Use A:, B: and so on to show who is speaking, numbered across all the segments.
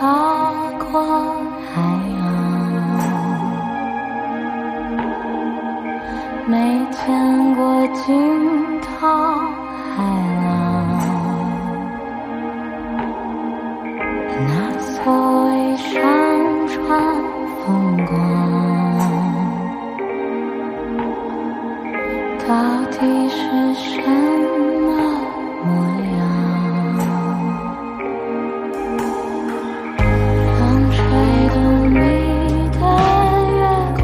A: 啊空旷。到底是什么模样？风吹动你的月光，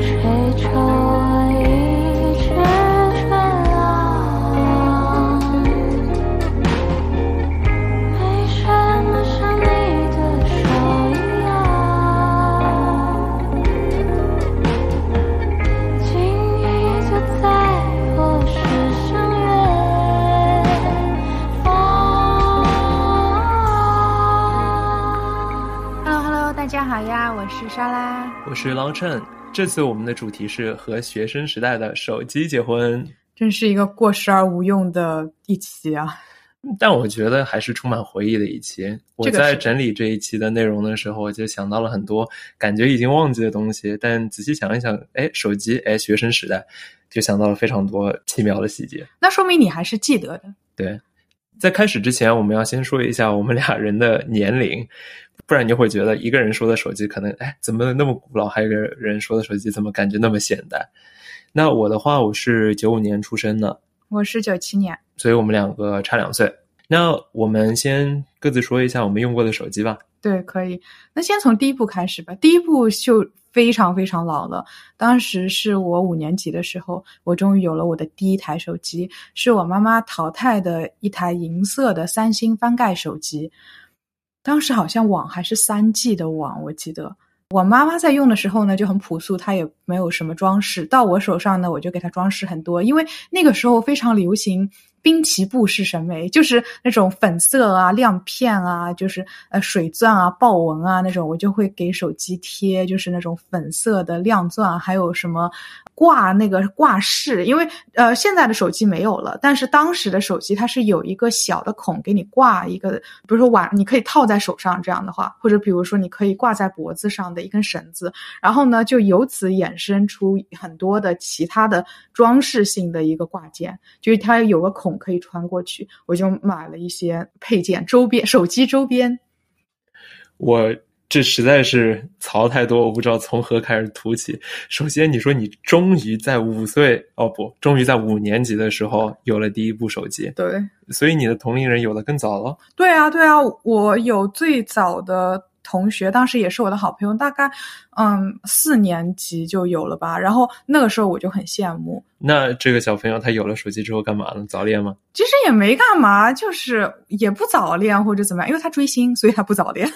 A: 吹皱我一只春浪。没什么像你的手一样。轻易就在我世上远啊方。
B: Hello Hello，大家好呀，我是莎拉。
C: 我是郎晨，这次我们的主题是和学生时代的手机结婚，
B: 真是一个过时而无用的一期啊！
C: 但我觉得还是充满回忆的一期。我
B: 这个
C: 在
B: 是
C: 整理这一期的内容的时候，我就想到了很多感觉已经忘记的东西，但仔细想一想，哎，手机，哎，学生时代，就想到了非常多奇妙的细节。
B: 那说明你还是记得的。
C: 对，在开始之前，我们要先说一下我们俩人的年龄，不然你就会觉得一个人说的手机可能，哎，怎么那么古老？还有一个人说的手机怎么感觉那么现代？那我的话，我是九五年出生的，
B: 我是九七年，
C: 所以我们两个差两岁。那我们先各自说一下我们用过的手机吧。
B: 对，可以。那先从第一部开始吧。第一部就非常非常老了，当时是我五年级的时候，我终于有了我的第一台手机，是我妈妈淘汰的一台银色的三星翻盖手机。当时好像网还是三 G 的网，我记得。我妈妈在用的时候呢，就很朴素，她也没有什么装饰。到我手上呢，我就给她装饰很多，因为那个时候非常流行滨崎步式审美，就是那种粉色啊、亮片啊，就是呃水钻啊、豹纹啊那种，我就会给手机贴，就是那种粉色的亮钻，还有什么挂那个挂饰，因为呃现在的手机没有了，但是当时的手机它是有一个小的孔给你挂一个，比如说碗，你可以套在手上这样的话，或者比如说你可以挂在脖子上的一根绳子，然后呢就由此衍生出很多的其他的装饰性的一个挂件，就是它有个孔可以穿过去，我就买了一些配件周边，手机周边。
C: 我这实在是槽太多，我不知道从何开始吐起。首先，你说你终于在五岁，哦不，终于在五年级的时候有了第一部手机，
B: 对，
C: 所以你的同龄人有的更早了。
B: 对啊，对啊，我有最早的同学，当时也是我的好朋友，大概嗯四年级就有了吧。然后那个时候我就很羡慕，
C: 那这个小朋友他有了手机之后干嘛呢？早恋吗？
B: 其实也没干嘛，就是也不早恋或者怎么样，因为他追星，所以他不早恋。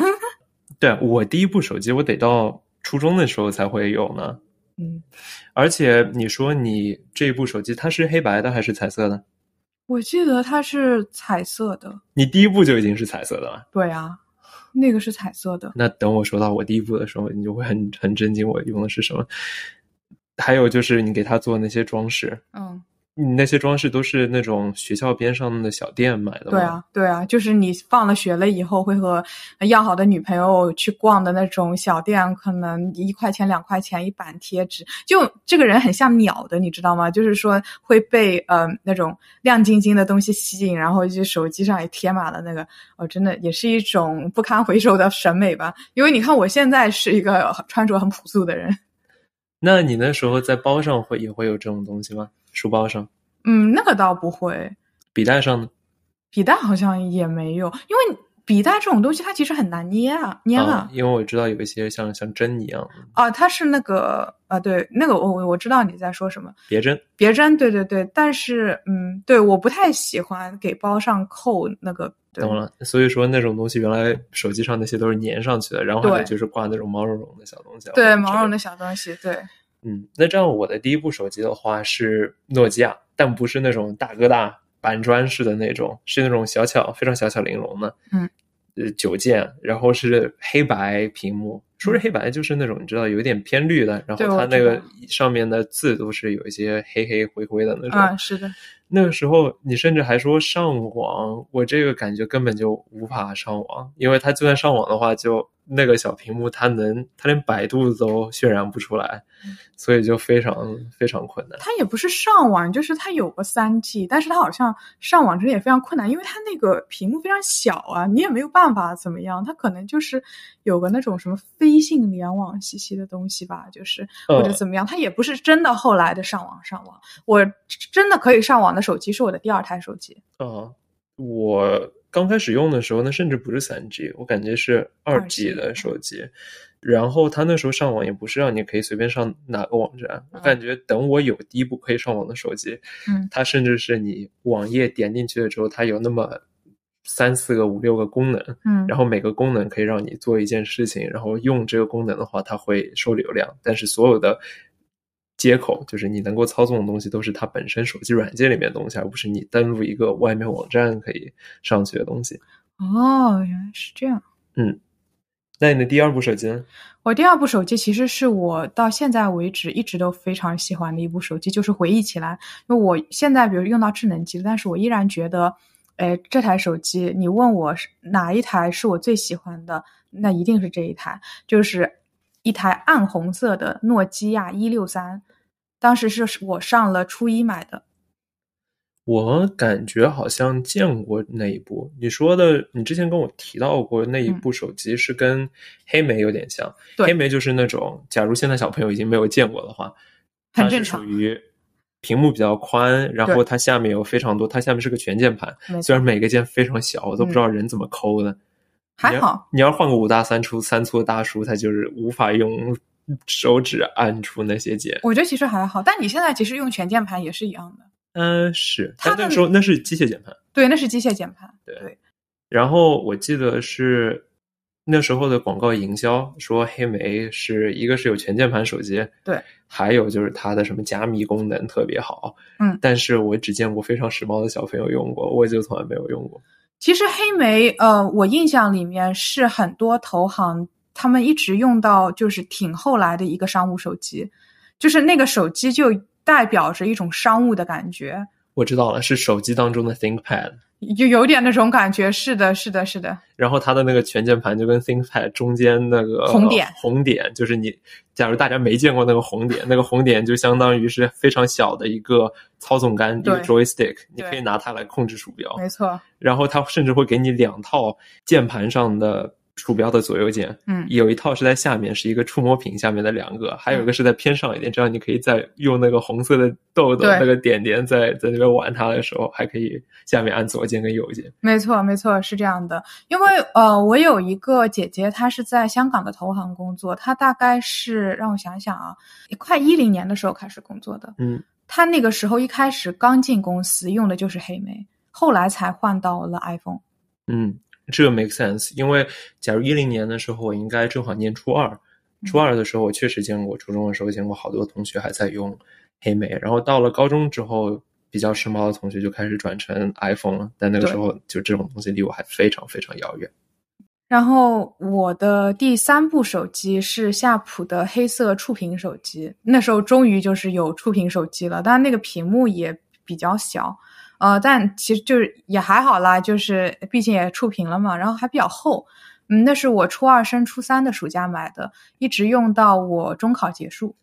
C: 对我第一部手机，我得到初中的时候才会有呢。
B: 嗯，
C: 而且你说你这部手机它是黑白的还是彩色的？
B: 我记得它是彩色的，
C: 你第一部就已经是彩色的了。
B: 对啊，那个是彩色的。
C: 那等我说到我第一部的时候，你就会很 很震惊，我用的是什么。还有就是你给它做那些装饰，
B: 嗯，
C: 你那些装饰都是那种学校边上的小店买的吗？
B: 对啊，对啊，就是你放了学了以后，会和要好的女朋友去逛的那种小店，可能一块钱、两块钱一板贴纸，就这个人很像鸟的，你知道吗？就是说会被呃那种亮晶晶的东西吸引，然后就手机上也贴满了那个，哦，真的也是一种不堪回首的审美吧。因为你看，我现在是一个穿着很朴素的人。
C: 那你那时候在包上会也会有这种东西吗？书包上、
B: 嗯，那个倒不会，
C: 笔袋上呢？
B: 笔袋好像也没有，因为笔袋这种东西它其实很难捏啊，捏啊
C: 啊，因为我知道有一些像像针一样的
B: 啊，它是那个啊，对，那个我我我知道你在说什么，
C: 别针，
B: 别针，对对对，但是嗯，对，我不太喜欢给包上扣那个，对
C: 懂了。所以说那种东西原来手机上那些都是粘上去的，然后还有
B: 对
C: 就是挂那种毛茸茸的小东西啊。
B: 对
C: 或者之类
B: 毛绒的小东西，对，
C: 嗯，那这样我的第一部手机的话是诺基亚，但不是那种大哥大板砖式的那种，是那种小巧非常小巧玲珑的，
B: 嗯，
C: 呃九键，然后是黑白屏幕，说是黑白就是那种你知道有点偏绿的，然后
B: 嗯对我
C: 它那
B: 知道
C: 个上面的字都是有一些黑黑灰灰的那种，
B: 嗯，是的，
C: 那个时候你甚至还说上网，我这个感觉根本就无法上网，因为它就算上网的话，就那个小屏幕，它能它连百度都渲染不出来，所以就非常非常困难。
B: 它也不是上网，就是它有个三 G，但是它好像上网真的也非常困难，因为它那个屏幕非常小啊，你也没有办法怎么样，它可能就是有个那种什么非性联网兮兮的东西吧，就是或者
C: 嗯
B: 怎么样，它也不是真的后来的上网上网，我真的可以上网的手机是我的第二台手机，
C: 啊，我刚开始用的时候，那甚至不是三 G，我感觉是二 G
B: 2G
C: 的嗯手机。然后他那时候上网也不是让你可以随便上哪个网站，我感觉等我有第一部可以上网的手机，
B: 嗯
C: 它甚至是你网页点进去了之后，它有那么三四个、五六个功能，
B: 嗯，
C: 然后每个功能可以让你做一件事情，然后用这个功能的话，它会收流量，但是所有的接口，就是你能够操纵的东西，都是它本身手机软件里面的东西，而不是你登录一个外面网站可以上去的东西。
B: 哦，原来是这样。
C: 那你的第二部手机呢？
B: 我第二部手机其实是我到现在为止一直都非常喜欢的一部手机，就是回忆起来，因为我现在比如用到智能机了，但是我依然觉得，哎，这台手机，你问我是哪一台是我最喜欢的，那一定是这一台，就是一台暗红色的诺基亚一六三，当时是我上了初一买的，
C: 我感觉好像见过那一部。你说的，你之前跟我提到过那一部手机是跟黑莓有点像。
B: 对
C: 黑莓就是那种，假如现在小朋友已经没有见过的话，它
B: 很
C: 是
B: 正常
C: 属于屏幕比较宽，然后
B: 对
C: 它下面有非常多，它下面是个全键盘，
B: 没
C: 虽
B: 错，嗯
C: 然每个键非常小，我都不知道人怎么抠的。你
B: 还
C: 要
B: 好，
C: 你要换个五大三粗三粗的大叔，他就是无法用手指按出那些键。
B: 我觉得其实还好，但你现在其实用全键盘也是一样的，
C: 嗯，是，
B: 它
C: 但
B: 的
C: 那个时候那是机械键盘。
B: 对，那是机械键盘，
C: 对
B: 对
C: 然后我记得是那时候的广告营销说黑莓是一个是有全键盘手机，
B: 对，
C: 还有就是它的什么加密功能特别好，
B: 嗯
C: 但是我只见过非常时髦的小朋友用过，我就从来没有用过。
B: 其实黑莓，呃，我印象里面是很多投行他们一直用到，就是挺后来的一个商务手机，就是那个手机就代表着一种商务的感觉，
C: 我知道了，是手机当中的 ThinkPad，
B: 有有点那种感觉。是的，是的，是的，
C: 然后它的那个全键盘就跟 ThinkPad 中间那个
B: 红点
C: 红点就是你假如大家没见过那个红 点，那个红点就相当于是非常小的一个操纵杆，一个
B: 对
C: joystick，你
B: 对
C: 可以拿它来控制鼠标。
B: 没错，
C: 然后它甚至会给你两套键盘上的鼠标的左右键，
B: 嗯，
C: 有一套是在下面，是一个触摸屏下面的两个，还有一个是在偏上一点，这样你可以在用那个红色的豆豆
B: 对
C: 那个点点在在那边玩它的时候，还可以下面按左键跟右键。
B: 没错，没错，是这样的。因为呃，我有一个姐姐，她是在香港的投行工作，她大概是让我想想啊，快一零年的时候开始工作的，
C: 嗯，
B: 他那个时候一开始刚进公司用的就是黑莓，后来才换到了 iPhone。
C: 嗯，这个 make sense，因为假如一零年的时候，我应该正好念初二，初二的时候我确实见过，初中的时候见过好多同学还在用黑莓，然后到了高中之后，比较时髦的同学就开始转成 iPhone 了，但那个
B: 对
C: 时候就这种东西离我还非常非常遥远。
B: 然后我的第三部手机是夏普的黑色触屏手机，那时候终于就是有触屏手机了，但那个屏幕也比较小，呃，但其实就是也还好啦，就是毕竟也触屏了嘛，然后还比较厚。嗯，那是我初二升初三的暑假买的，一直用到我中考结束。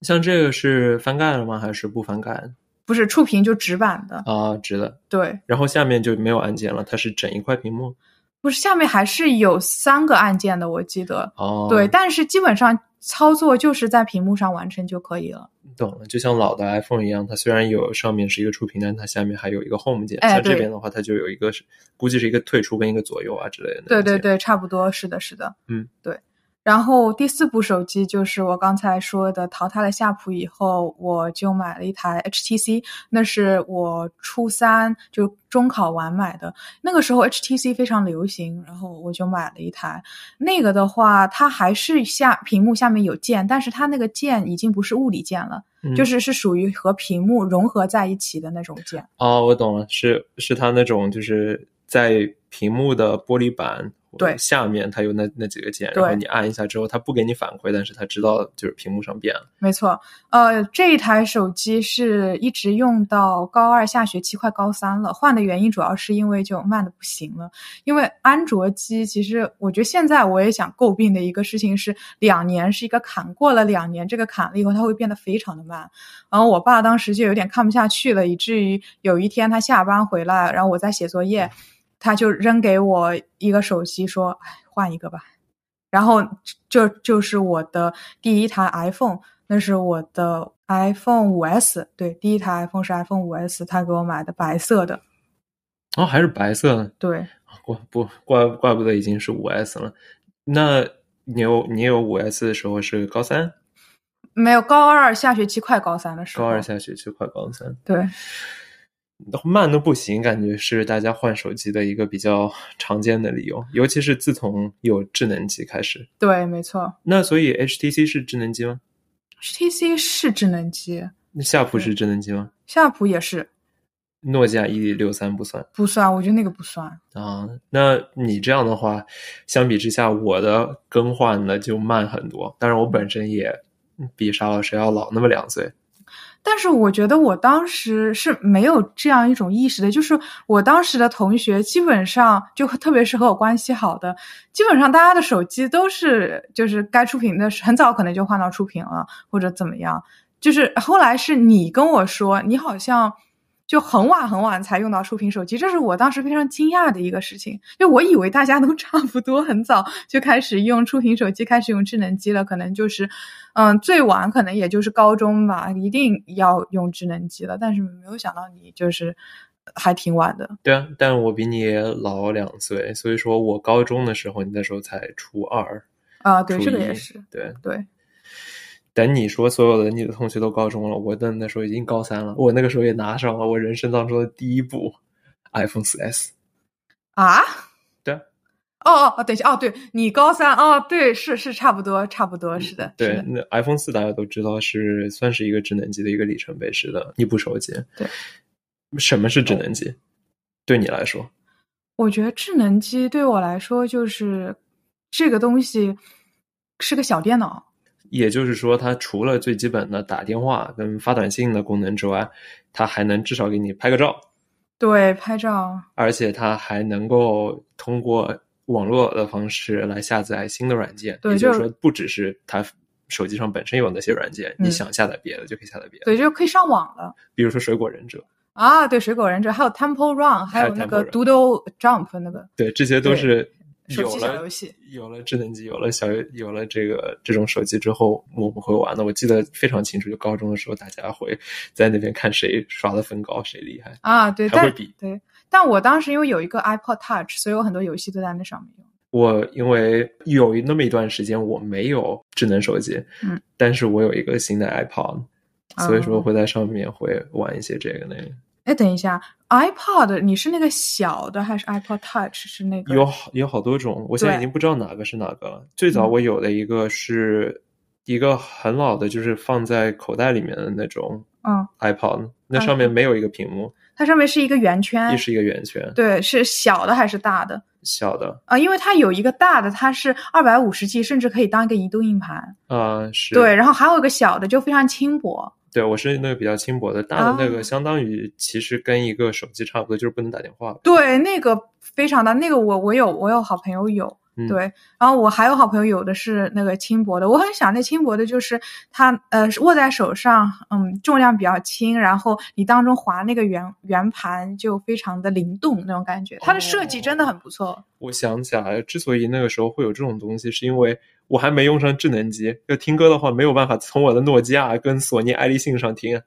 C: 像这个是翻盖了吗？还是不翻盖
B: 不是触屏就直板的，
C: 啊？直的，
B: 对，
C: 然后下面就没有按键了，它是整一块屏幕
B: 不是下面还是有三个按键的，我记得。
C: 哦。
B: 对，，但是基本上操作就是在屏幕上完成就可以了。
C: 懂了，就像老的 iPhone 一样，它虽然有上面是一个触屏，但它下面还有一个 Home 键。
B: 哎
C: 像这
B: 对
C: 边的话，它就有一个是估计是一个退出跟一个左右啊之类的。
B: 对对，对，差不多是的，是的，
C: 嗯，
B: 对。然后第四部手机就是我刚才说的，淘汰了夏普以后，我就买了一台 HTC，那是我初三就中考完买的。那个时候 HTC 非常流行，然后我就买了一台。那个的话，它还是下屏幕下面有键，但是它那个键已经不是物理键了，
C: 嗯
B: 就是是属于和屏幕融合在一起的那种键。
C: 哦，我懂了，是是它那种就是在屏幕的玻璃板
B: 对
C: 下面它有那那几个键，然后
B: 对
C: 你按一下之后，它不给你反馈，但是它知道就是屏幕上变了。
B: 没错，呃，这一台手机是一直用到高二下学期快高三了。换的原因主要是因为就慢的不行了，因为安卓机其实我觉得现在我也想诟病的一个事情是，两年是一个坎，过了两年这个坎了以后，它会变得非常的慢。然后我爸当时就有点看不下去了，以至于有一天他下班回来，然后我在写作业，他就扔给我一个手机说：“哎，换一个吧。”然后就就是我的第一台 iPhone，那是我的 iPhone 五 S，对，第一台 iPhone 是 iPhone 五 S，他给我买的白色的，
C: 哦，还是白色的，
B: 对，
C: 怪不怪怪不得已经是五 S 了。那你有你有五 S 的时候是高三，
B: 没有高二下学期快高三的时候，
C: 高二下学期快高三，
B: 对，
C: 慢的不行，感觉是大家换手机的一个比较常见的理由，尤其是自从有智能机开始。
B: 对，没错
C: 那所以 HTC 是智能机吗？
B: ，HTC 是智能机，
C: 那夏普是智能机吗？
B: 夏普也是，
C: 诺基亚 E 六三不算
B: 不算，我觉得那个不算，
C: 啊。那你这样的话，相比之下，我的更换呢就慢很多。当然，我本身也比沙老师要老那么两岁。
B: 但是我觉得我当时是没有这样一种意识的，就是我当时的同学基本上就特别是和我关系好的，基本上大家的手机都是就是该出屏的时很早可能就换到出屏了，或者怎么样。就是后来是你跟我说，你好像就很晚很晚才用到触屏手机，这是我当时非常惊讶的一个事情。就我以为大家都 差不多很早就开始用触屏手机，开始用智能机了，可能就是，嗯，最晚可能也就是高中吧，一定要用智能机了。但是没有想到你就是还挺晚的，
C: 对啊，但我比你也老两岁，所以说我高中的时候，你那时候才初二。
B: 啊，对，
C: 初
B: 这个
C: 一
B: 也是，
C: 对，
B: 对，
C: 等你说所有的你的同学都高中了，我的那时候已经高三了，我那个时候也拿上了我人生当中的第一部 iPhone 4 S。
B: 啊，
C: 对啊，
B: 哦哦哦，等一下，哦，对你高三，哦，对，是是差不多，差不多，是的，是
C: 嗯对
B: 的，
C: 那 iPhone 四大家都知道是算是一个智能机的一个里程碑式的一部手机。
B: 对，哦
C: 什么是智能机？对你来说，
B: 我觉得智能机对我来说就是这个东西是个小电脑，
C: 也就是说，它除了最基本的打电话跟发短信的功能之外，它还能至少给你拍个照，
B: 对，拍照，
C: 而且它还能够通过网络的方式来下载新的软件。
B: 对
C: 也就是
B: 就
C: 说，不只是它手机上本身有那些软件，
B: 嗯
C: 你想下载别的就可以下载别的。
B: 对，就可以上网了
C: 比如说《水果忍者》，
B: 啊。对，水果忍者，还有 Temple Run，还
C: 还有
B: 有那
C: Temple
B: 个
C: Run
B: Doodle Jump 那个
C: 对，这些都
B: 对
C: 是
B: 手
C: 有
B: 机小
C: 了
B: 游戏。
C: 有了智能机，有了小有了这个这种手机之后，我们会玩的。我记得非常清楚，就高中的时候，大家会在那边看谁刷的分高，谁厉害。
B: 啊。对，
C: 还会
B: 但
C: 比
B: 对，但我当时因为有一个 iPod Touch，所以我很多游戏都在那上面用。
C: 我因为有那么一段时间我没有智能手机，
B: 嗯，
C: 但是我有一个新的 iPod，所以说
B: 哦
C: 会在上面会玩一些这个那个。
B: 哎，等一下，iPod，你是那个小的还是 iPod Touch？是那个
C: 有好有好多种，我现在已
B: 对
C: 经不知道哪个是哪个了。最早
B: 嗯
C: 我有的一个是一个很老的，就是放在口袋里面的那种
B: 嗯，
C: iPod，那上面没有一个屏幕，
B: 它上面是一个圆圈
C: 也。是一个圆圈，
B: 对，是小的还是大的？
C: 小的
B: 啊、因为它有一个大的，它是二百五十 G，甚至可以当一个移动硬盘。
C: 啊、是
B: 对，然后还有一个小的，就非常轻薄。
C: 对我是那个比较轻薄的，大的那
B: 啊
C: 个相当于其实跟一个手机差不多，就是不能打电话。
B: 对，那个非常大，那个我我有我有好朋友有，
C: 嗯
B: 对，然后我还有好朋友有的是那个轻薄的，我很想那轻薄的，就是它呃是握在手上，嗯，重量比较轻，然后你当中滑那个圆圆盘就非常的灵动那种感
C: 哦
B: 觉，它的设计真的很不错。
C: 我想起来，之所以那个时候会有这种东西，是因为我还没用上智能机，要听歌的话没有办法从我的诺基亚跟索尼爱立信上听啊。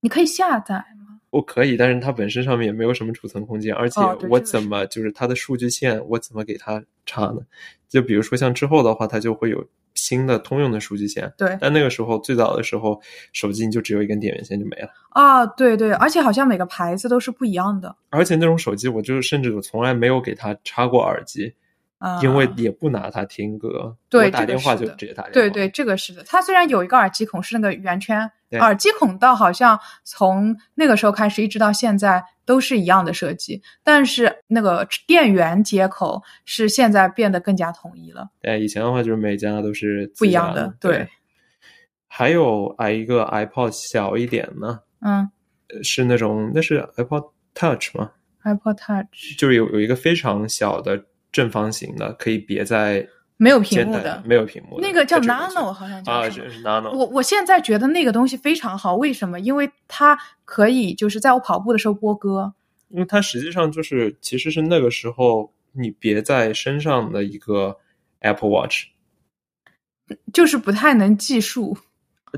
B: 你可以下载，
C: 我可以，但是它本身上面也没有什么储存空间，而且
B: 哦对
C: 我
B: 这个
C: 怎
B: 是
C: 么就是它的数据线，我怎么给它插呢？就比如说像之后的话，它就会有新的通用的数据线，
B: 对，
C: 但那个时候最早的时候，手机你就只有一根电源线就没了。
B: 啊，对对，而且好像每个牌子都是不一样的。
C: 而且那种手机，我就甚至我从来没有给它插过耳机，
B: 啊，
C: 因为也不拿它听歌，
B: 对
C: 我打
B: 这个
C: 电话
B: 是
C: 就
B: 的
C: 直接打电话。
B: 对对，这个是的。它虽然有一个耳机孔是那个圆圈，
C: 对
B: 耳机孔倒好像从那个时候开始一直到现在都是一样的设计，但是那个电源接口是现在变得更加统一了。
C: 哎，以前的话就是每家都是
B: 不
C: 自
B: 一样
C: 家
B: 的
C: 对。
B: 对
C: 还有啊，一个 iPod 小一点呢，
B: 嗯
C: 呃是那种那是 iPod Touch 吗？
B: ，iPod Touch
C: 就是有有一个非常小的正方形的，可以别在
B: 没有屏
C: 肩
B: 幕
C: 带
B: 的，
C: 没有屏幕的，
B: 那个叫
C: 它只能
B: Nano，好像叫
C: 啊，
B: 什么
C: 这是 Nano。
B: 我我现在觉得那个东西非常好，为什么？因为它可以就是在我跑步的时候播歌。
C: 因为它实际上就是其实是那个时候你别在身上的一个 Apple Watch，
B: 嗯就是不太能计数，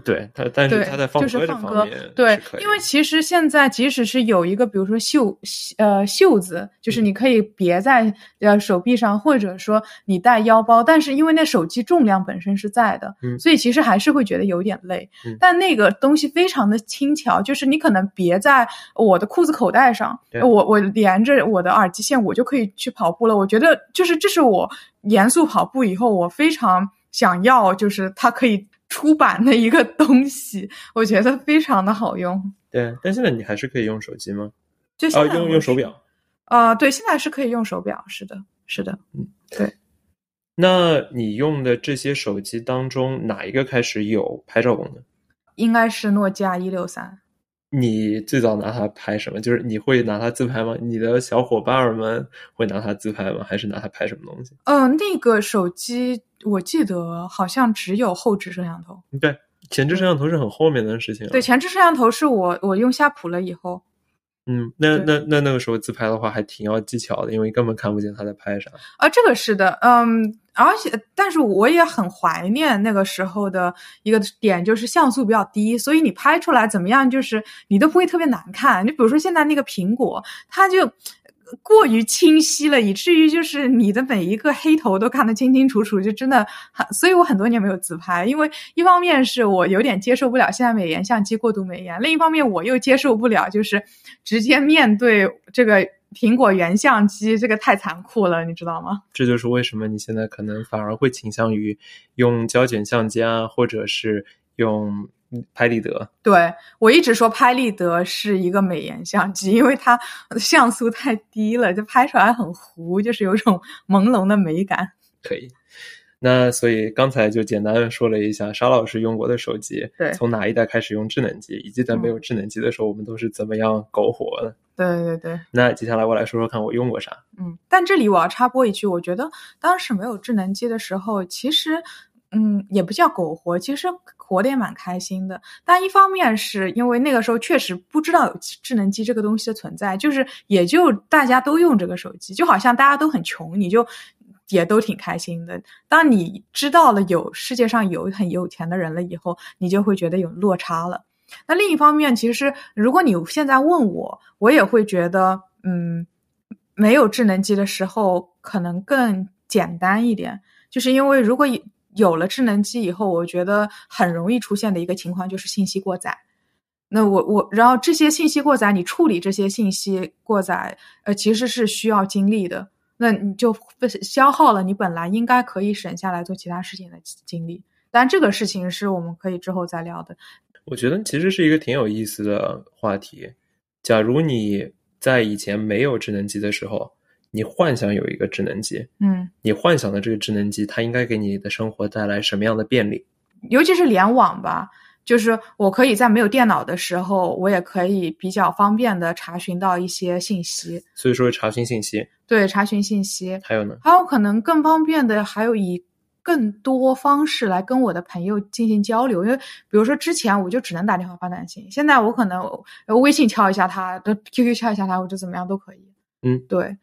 C: 对它，但是
B: 对
C: 它在放
B: 就是
C: 歌这
B: 放歌
C: 方面
B: 对
C: 是可，以
B: 因为其实现在即使是有一个，比如说袖，呃，袖子，就是
C: 嗯
B: 你可以别在呃手臂上，或者说你带腰包，但是因为那手机重量本身是在的，
C: 嗯
B: 所以其实还是会觉得有点累。
C: 嗯
B: 但那个东西非常的轻巧，就是你可能别在我的裤子口袋上，
C: 对
B: 我我连着我的耳机线，我就可以去跑步了。我觉得就是这是我严肃跑步以后，我非常想要，就是它可以出版的一个东西，我觉得非常的好用。
C: 对，但现在你还是可以用手机吗？
B: 就
C: 啊，
B: 现在
C: 用
B: 我
C: 用
B: 是
C: 手表。
B: 啊、对，现在是可以用手表，是的，是的。
C: 那你用的这些手机当中，哪一个开始有拍照功能？
B: 应该是诺基亚一六三，
C: 你最早拿它拍什么？就是你会拿它自拍吗？你的小伙伴儿们会拿它自拍吗？还是拿它拍什么东西？
B: 呃，那个手机我记得好像只有后置摄像头，
C: 对，前置摄像头是很后面的事情、啊。
B: 对，前置摄像头是我我用夏普了以后，
C: 嗯，那
B: 对
C: 那那那个时候自拍的话，还挺要技巧的，因为根本看不见他在拍啥。
B: 啊，这个是的，嗯，而且但是我也很怀念那个时候的一个点，就是像素比较低，所以你拍出来怎么样，就是你都不会特别难看。你比如说现在那个苹果，它就。过于清晰了，以至于就是你的每一个黑头都看得清清楚楚，就真的很，所以我很多年没有自拍，因为一方面是我有点接受不了现在美颜相机过度美颜，另一方面我又接受不了就是直接面对这个苹果原相机，这个太残酷了，你知道吗？
C: 这就是为什么你现在可能反而会倾向于用胶卷相机啊，或者是用拍立得。
B: 对我一直说拍立得是一个美颜相机，因为它像素太低了，就拍出来很糊，就是有一种 朦胧的美感。
C: 可以。那所以刚才就简单的说了一下沙老师用过的手机，
B: 对嗯
C: 从哪一代开始用智能机，以及在没有智能机的时候，我们都是怎么样苟活的。
B: 对对对，
C: 那接下来我来说说看我用过啥。
B: 嗯，但这里我要插播一句，我觉得当时没有智能机的时候，其实，嗯，也不叫苟活，其实活得也蛮开心的。但一方面是因为那个时候确实不知道有智能机这个东西的存在，就是也就大家都用这个手机，就好像大家都很穷，你就也都挺开心的。当你知道了有世界上有很有钱的人了以后，你就会觉得有落差了。那另一方面，其实如果你现在问我，我也会觉得，嗯，没有智能机的时候可能更简单一点，就是因为如果有有了智能机以后，我觉得很容易出现的一个情况就是信息过载。那我我，然后这些信息过载，你处理这些信息过载，呃，其实是需要精力的。那你就消耗了你本来应该可以省下来做其他事情的精力。但这个事情是我们可以之后再聊的。
C: 我觉得其实是一个挺有意思的话题。假如你在以前没有智能机的时候，你幻想有一个智能机，
B: 嗯，
C: 你幻想的这个智能机，它应该给你的生活带来什么样的便利？
B: 尤其是联网吧，就是我可以在没有电脑的时候，我也可以比较方便的查询到一些信息，
C: 所以说，查询信息，
B: 对，查询信息，
C: 还有呢，
B: 还有可能更方便的，还有以更多方式来跟我的朋友进行交流。因为比如说之前我就只能打电话发短信，现在我可能呃微信敲一下他呃，QQ 敲一下他，我就怎么样都可以。
C: 嗯，
B: 对。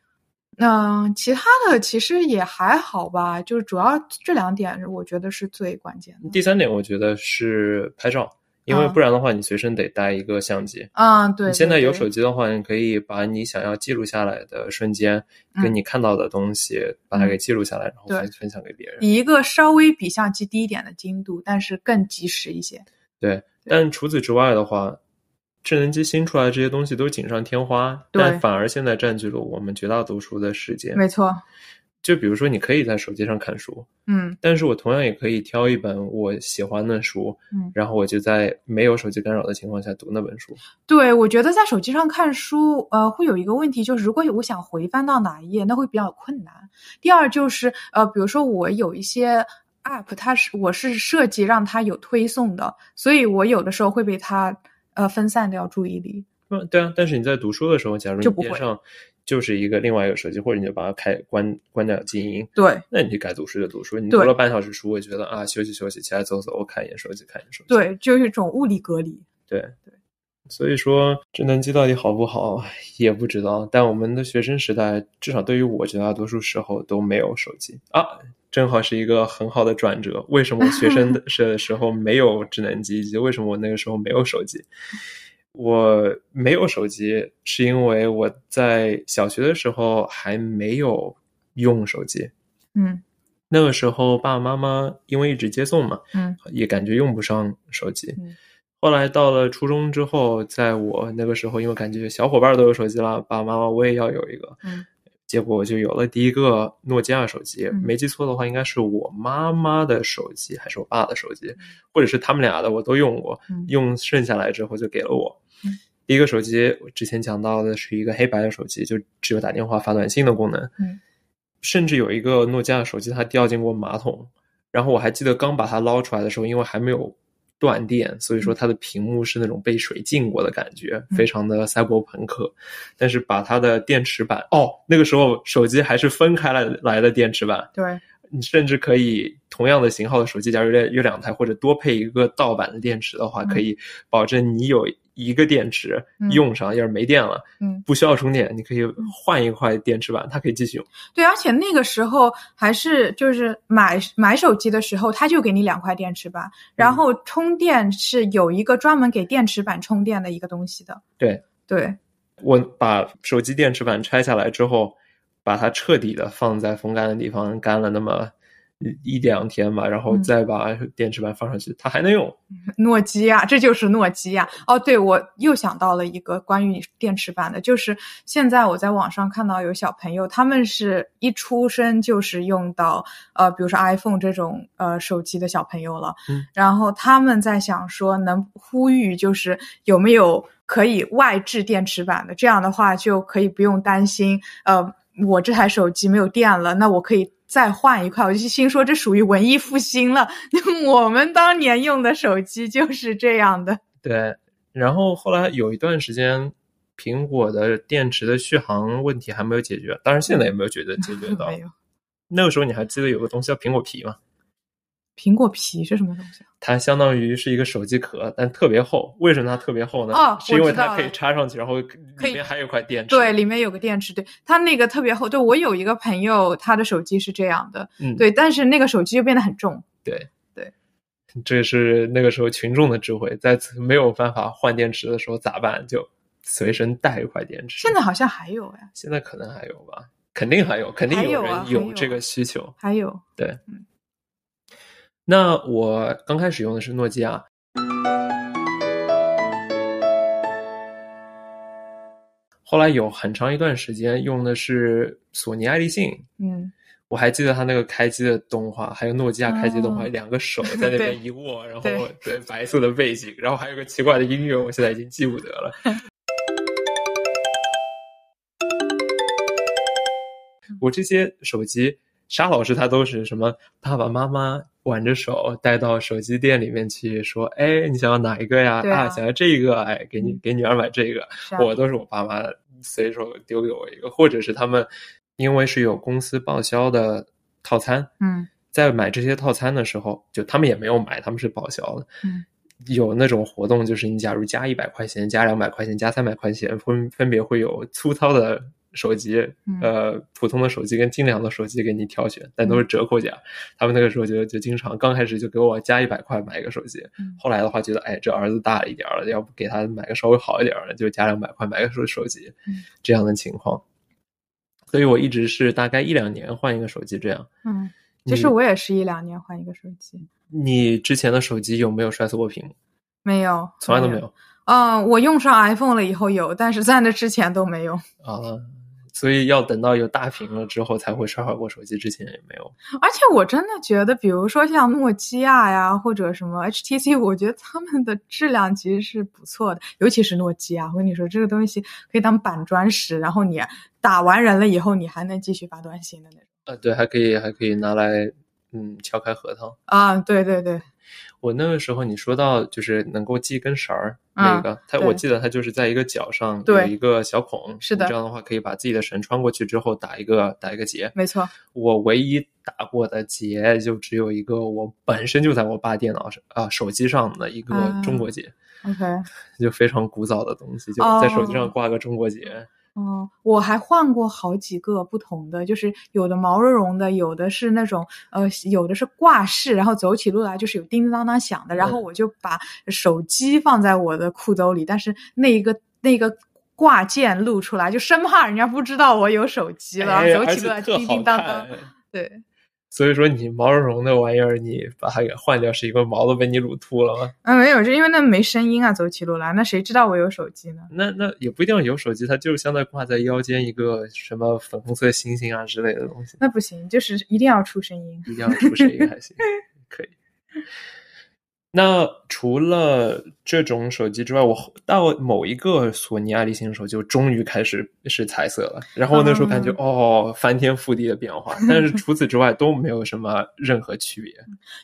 B: 嗯，其他的其实也还好吧，就是主要这两点我觉得是最关键的。
C: 第三点，我觉得是拍照，因为
B: 啊
C: 不然的话，你随身得带一个相机。
B: 嗯，对。
C: 你现在
B: 对
C: 有
B: 对
C: 手机的话，你可以把你想要记录下来的瞬间，
B: 嗯
C: 跟你看到的东西，把它给记录下来，然后
B: 对
C: 分分享给别人。
B: 以一个稍微比相机低一点的精度，但是更及时一些。
C: 对，但除此之外的话，智能机新出来的这些东西都锦上添花，
B: 对
C: 但反而现在占据了我们绝大多数的时间。
B: 没错，
C: 就比如说，你可以在手机上看书，
B: 嗯
C: 但是我同样也可以挑一本我喜欢的书，
B: 嗯，
C: 然后我就在没有手机干扰的情况下读那本书。
B: 对，我觉得在手机上看书，呃，会有一个问题，就是如果我想回翻到哪一页，那会比较困难。第二就是，呃，比如说我有一些 app，它是我是设计让它有推送的，所以我有的时候会被它呃分散掉注意力。
C: 嗯，对啊，但是你在读书的时候，假如
B: 就
C: 你
B: 不
C: 边
B: 会
C: 上就是一个另外一个手机，或者你就把它开关关掉静音，
B: 对
C: 那你就该读书就读书。你读
B: 对
C: 了半小时书，我觉得啊，休息休息，起来走走，我看一眼手机，看一眼手机。
B: 对，就是一种物理隔离。
C: 对对，所以说智能机到底好不好也不知道，但我们的学生时代，至少对于我绝大多数时候都没有手机啊。正好是一个很好的转折。为什么我学生的的时候没有智能机，以及为什么我那个时候没有手机？我没有手机是因为我在小学的时候还没有用手机。
B: 嗯
C: 那个时候爸爸妈妈因为一直接送嘛，
B: 嗯
C: 也感觉用不上手机。
B: 嗯
C: 后来到了初中之后，在我那个时候，因为感觉小伙伴都有手机了，爸爸妈妈我也要有一个，
B: 嗯
C: 结果我就有了第一个诺基亚手机。
B: 嗯
C: 没记错的话，应该是我妈妈的手机，还是我爸的手机，或者是他们俩的，我都用过。
B: 嗯
C: 用剩下来之后就给了我。
B: 嗯
C: 第一个手机，我之前讲到的是一个黑白的手机，就只有打电话、发短信的功能。
B: 嗯
C: 甚至有一个诺基亚手机，它掉进过马桶。然后我还记得刚把它捞出来的时候，因为还没有断电，所以说它的屏幕是那种被水浸过的感觉，
B: 嗯
C: 非常的赛博朋克。但是把它的电池板，哦，那个时候手机还是分开来来的电池板，
B: 对
C: 你甚至可以同样的型号的手机，假如有两有两台或者多配一个盗版的电池的话，
B: 嗯
C: 可以保证你有一个电池
B: 嗯
C: 用上，要是没电了，
B: 嗯
C: 不需要充电，你可以换一块电池板，它可以继续用。
B: 对，而且那个时候还是就是买买手机的时候，他就给你两块电池板，然后充电是有一个专门给电池板充电的一个东西的。
C: 对
B: 对，
C: 我把手机电池板拆下来之后，把它彻底的放在风干的地方干了那么一一两天吧，然后
B: 嗯
C: 再把电池板放上去，它还能用。
B: 诺基亚，这就是诺基亚。哦，对，我又想到了一个关于电池板的，就是现在我在网上看到有小朋友，他们是一出生就是用到呃，比如说 iPhone 这种呃手机的小朋友了，
C: 嗯
B: 然后他们在想说，能呼吁就是有没有可以外置电池板的，这样的话就可以不用担心呃，我这台手机没有电了，那我可以再换一块。我就心说这属于文艺复兴了。 我们当年用的手机就是这样的。
C: 对，然后后来有一段时间，苹果的电池的续航问题还没有解决，当然现在也没有解决解 决到
B: 没。有
C: 那个时候你还记得有个东西叫苹果皮吗？
B: 苹果皮是什么东西啊？
C: 它相当于是一个手机壳，但特别厚。为什么它特别厚呢？
B: 哦
C: 是因
B: 我
C: 为
B: 知道
C: 它可以
B: 了
C: 插上去，然后
B: 可
C: 里
B: 以
C: 面还有一块电池。
B: 对，里面有个电池，对，它那个特别厚。对我有一个朋友，他的手机是这样的，
C: 嗯，
B: 对，但是那个手机就变得很重。
C: 这是那个时候群众的智慧，在此没有办法换电池的时候咋办？就随身带一块电池。
B: 现在好像还有哎，
C: 现在可能还有吧，肯定还有，肯定
B: 还有啊
C: 人
B: 还
C: 有
B: 有
C: 这
B: 啊
C: 个需求。
B: 还有，
C: 那我刚开始用的是诺基亚。后来有很长一段时间用的是索尼爱立信，
B: 嗯，
C: 我还记得它那个开机的动画，还有诺基亚开机的动画，
B: 哦
C: 两个 手在那
B: 对
C: 边一握，然后
B: 对
C: 对白色的背景，然后还有个奇怪的音乐，我现在已经记不得了。 我这些手机，沙老师他都是什么爸爸妈妈挽着手带到手机店里面去，说：“哎，你想要哪一个呀？
B: 对啊嗯
C: 想要这个，哎，给你给女儿买这个。”
B: 是啊
C: 我都是我爸妈随手丢给我一个，或者是他们因为是有公司报销的套餐，
B: 嗯
C: 在买这些套餐的时候，就他们也没有买，他们是报销的。
B: 嗯，
C: 有那种活动，就是你假如加一百块钱、加两百块钱、加三百块钱，分分别会有粗糙的手机，
B: 嗯
C: 呃，普通的手机跟精良的手机给你挑选，但都是折扣价。他们那个时候就就经常刚开始就给我加一百块买一个手机，
B: 嗯
C: 后来的话觉得，哎，这儿子大一点儿了，要不给他买个稍微好一点儿的，就加两百块买个手手机
B: 嗯，
C: 这样的情况。所以我一直是大概一两年换一个手机这样。
B: 嗯，其实我也是一两年换一个手机，
C: 你之前的手机有没有摔碎过屏幕？
B: 没有，
C: 从来都没有。
B: 嗯，我用上 iPhone 了以后有，但是在那之前都没有。
C: 啊。所以要等到有大屏了之后才会刷坏过手机，之前也没有。
B: 而且我真的觉得，比如说像诺基亚呀，或者什么 HTC，我觉得他们的质量其实是不错的，尤其是诺基亚。我跟你说，这个东西可以当板砖石，然后你打完人了以后，你还能继续发短信的那种。
C: 呃，对，还可以还可以拿来嗯敲开核桃。
B: 啊，对对对，
C: 我那个时候你说到就是能够系根绳儿那
B: 嗯
C: 个，它
B: 对
C: 我记得它就是在一个脚上有
B: 对
C: 一个小孔，
B: 是的
C: 你这样的话可以把自己的绳穿过去之后打一个打一个结。
B: 没错。
C: 我唯一打过的结就只有一个，我本身就在我爸电脑上啊手机上的一个
B: 啊
C: 中国结，
B: OK，
C: 就非常古早的东西，就在手机上挂个中国结。
B: 哦，我还换过好几个不同的，就是有的毛茸茸的，有的是那种呃，有的是挂饰，然后走起路来就是有叮叮当当响的。然
C: 嗯
B: 后我就把手机放在我的裤兜里，但是那一个那个挂件露出来，就生怕人家不知道我有啊手机了，
C: 哎
B: 走
C: 而
B: 起
C: 且
B: 路来
C: 特
B: 叮
C: 好
B: 叮当当
C: 看。
B: 对，
C: 所以说你毛茸茸的玩意儿，你把它给换掉，是因为毛都被你撸秃了吗？
B: 嗯，没有，是因为那没声音啊，走起路来，那谁知道我有手机呢？
C: 那那也不一定要有手机，它就是像在挂在腰间一个什么粉红色星星啊之类的东西，
B: 那不行，就是一定要出声音。
C: 一定要出声音还行，可以。那除了这种手机之外，我后到某一个索尼爱立信的时候，就终于开始是彩色了。然后那时候感觉、哦，翻天覆地的变化，但是除此之外都没有什么任何区别。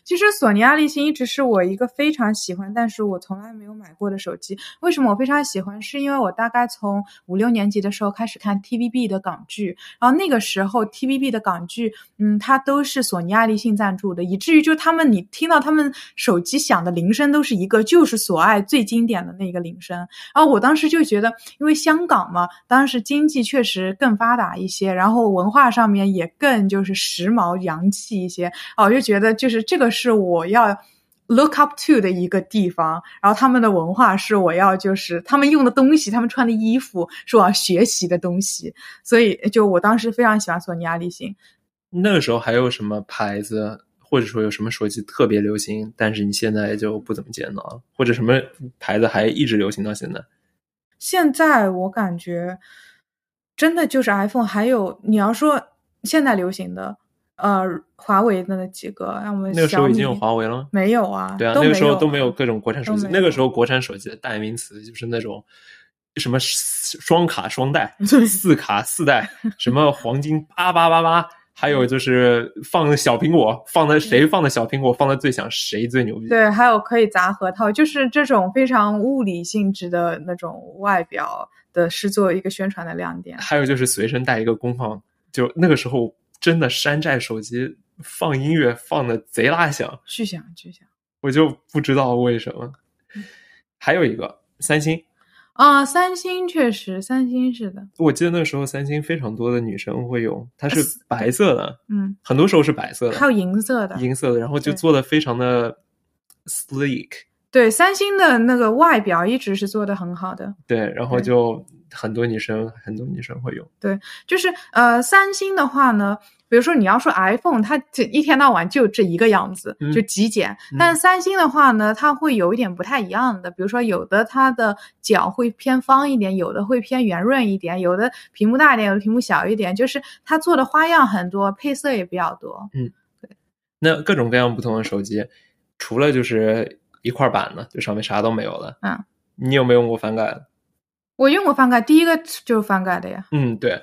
B: 其实索尼爱立信一直是我一个非常喜欢，但是我从来没有买过的手机。为什么我非常喜欢？是因为我大概从五六年级的时候开始看 TVB 的港剧，然后那个时候 TVB 的港剧，嗯，它都是索尼爱立信赞助的，以至于就他们你听到他们手机响的铃声都是一个，就是索爱最经典的那个铃声。然后我当时就觉得，因为香港嘛，当时经济确实更发达一些，然后文化上面也更就是时髦洋气一些，啊，我就觉得就是这个是我要 look up to 的一个地方，然后他们的文化是我要就是他们用的东西，他们穿的衣服是我要学习的东西，所以就我当时非常喜欢索尼爱立信。
C: 那个时候还有什么牌子，或者说有什么手机特别流行，但是你现在就不怎么见到了，或者什么牌子还一直流行到现在？
B: 现在我感觉真的就是 iPhone，还有你要说现在流行的，呃，华为的那几个，让我们
C: 那个时候已经
B: 呃
C: 有
B: 小米
C: 华为了吗？
B: 没有啊？
C: 对啊，
B: 都
C: 那个时候
B: 啊
C: 都没有各种国产手机
B: 都。没有
C: 那个时候国产手机的代名词就是那种什么双卡双 待、
B: 对
C: 四卡四代，什么黄金八八八八，还有就是放小苹果，放的谁放的小苹果放的最响，谁最牛逼。
B: 嗯对，还有可以砸核桃，就是这种非常物理性质的那种外表的，是作为一个宣传的亮点。
C: 还有就是随身带一个功放，就那个时候真的山寨手机放音乐放的贼拉响，
B: 巨响巨响
C: 我就不知道为什么。
B: 嗯
C: 还有一个三星，
B: 啊！三星确实，三星是的，
C: 我记得那个时候三星非常多的女生会用，它是白色的，
B: 呃嗯，
C: 很多时候是白色的，
B: 还有银色的。
C: 银色的，然后就
B: 对
C: 做的非常的 sleek，
B: 对，三星的那个外表一直是做的很好的，
C: 对，然后
B: 对
C: 就很多女生很多女生会用。
B: 就是呃，三星的话呢。比如说，你要说 iPhone，它这一天到晚就这一个样子，
C: 嗯
B: 就极简。
C: 嗯
B: 但三星的话呢，它会有一点不太一样的，比如说有的它的角会偏方一点，有的会偏圆润一点，有的屏幕大一点，有的屏幕小一点，就是它做的花样很多，配色也比较多。
C: 那各种各样不同的手机，除了就是一块板的，就上面啥都没有了。
B: 嗯，
C: 你有没有用过翻盖的？
B: 我用过翻盖，第一个就是翻盖的呀，
C: 嗯，对，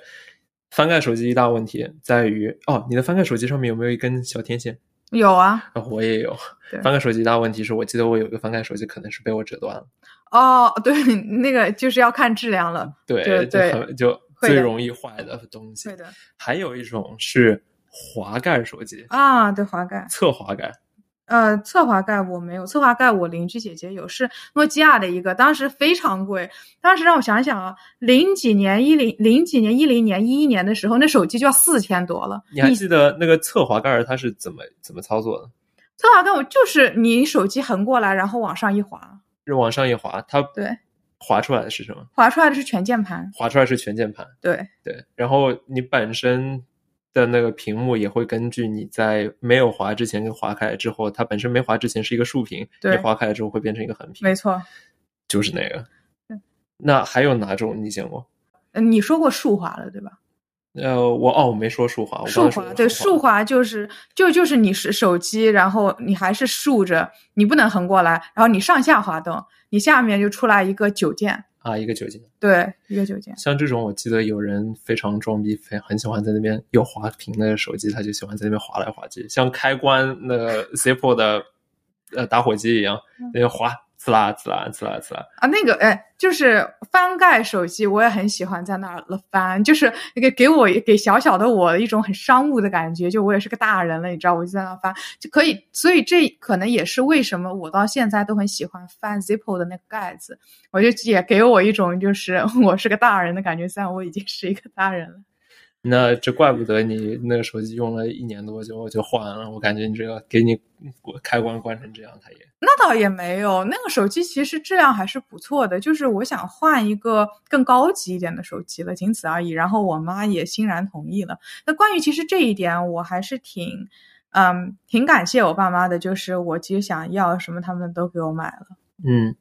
C: 翻盖手机一大问题在于，哦，你的翻盖手机上面有没有一根小天线？
B: 有啊，
C: 然后我也有
B: 对
C: 翻盖手机一大问题是我记得我有一个翻盖手机可能是被我折断了，
B: 哦，对， 那个就是要看质量了，
C: 对，
B: 对
C: 就
B: 对
C: 很就
B: 会
C: 最
B: 的
C: 容易坏的东西
B: 对。的
C: 还有一种是滑盖手机，
B: 啊，对滑盖，
C: 侧滑盖，
B: 呃，侧滑盖我没有，侧滑盖我邻居姐姐有，是诺基亚的一个，当时非常贵。当时让我想一想啊，零几年、一零零几年、一零年、一一年的时候，那手机就要四千多了。
C: 你还记得那个侧滑盖儿它是怎么怎么操作的？
B: 侧滑盖我就是你手机横过来，然后往上一滑，
C: 是往上一滑，它
B: 对，
C: 滑出来的是什么？
B: 滑出来的是全键盘。
C: 滑出来是全键盘，
B: 对，
C: 对，然后你本身的那个屏幕也会根据你在没有滑之前跟滑开之后，它本身没滑之前是一个竖屏，你
B: 对
C: 滑开了之后会变成一个横屏，
B: 没嗯错。
C: 就是那个
B: 对。
C: 那还有哪种你见过？
B: 呃嗯，你说过竖滑了对吧？
C: 呃，我哦，我没说竖滑，我刚
B: 竖
C: 刚说
B: 滑
C: 的
B: 对竖
C: 滑，
B: 滑就是就就是你是手机，然后你还是竖着，你不能横过来，然后你上下滑动，你下面就出来一个九键，
C: 啊，一个九键。
B: 对，一个九键。
C: 像这种，我记得有人非常装逼，非很喜欢在那边有滑屏的手机，他就喜欢在那边滑来滑去，像开关那个 Zippo 的呃打火机一样，那边滑，呲啦呲啦呲啦呲啦。
B: 啊，那个哎，就是翻盖手机，我也很喜欢在那儿了翻，就是那个给我给小小的我一种很商务的感觉，就我也是个大人了，你知道，我就在那儿翻就可以，所以这可能也是为什么我到现在都很喜欢翻 Zippo 的那个盖子，我就也给我一种就是 我是个大人的感觉，虽然我已经是一个大人了。
C: 那这怪不得你那个手机用了一年多就就换了，我感觉你这个给你开关关成这样，它也
B: 那倒也没有，那个手机其实质量还是不错的，就是我想换一个更高级一点的手机了，仅此而已。然后我妈也欣然同意了。那关于其实这一点，我还是挺，嗯，挺感谢我爸妈的，就是我其实想要什么，他们都给我买了。
C: 嗯，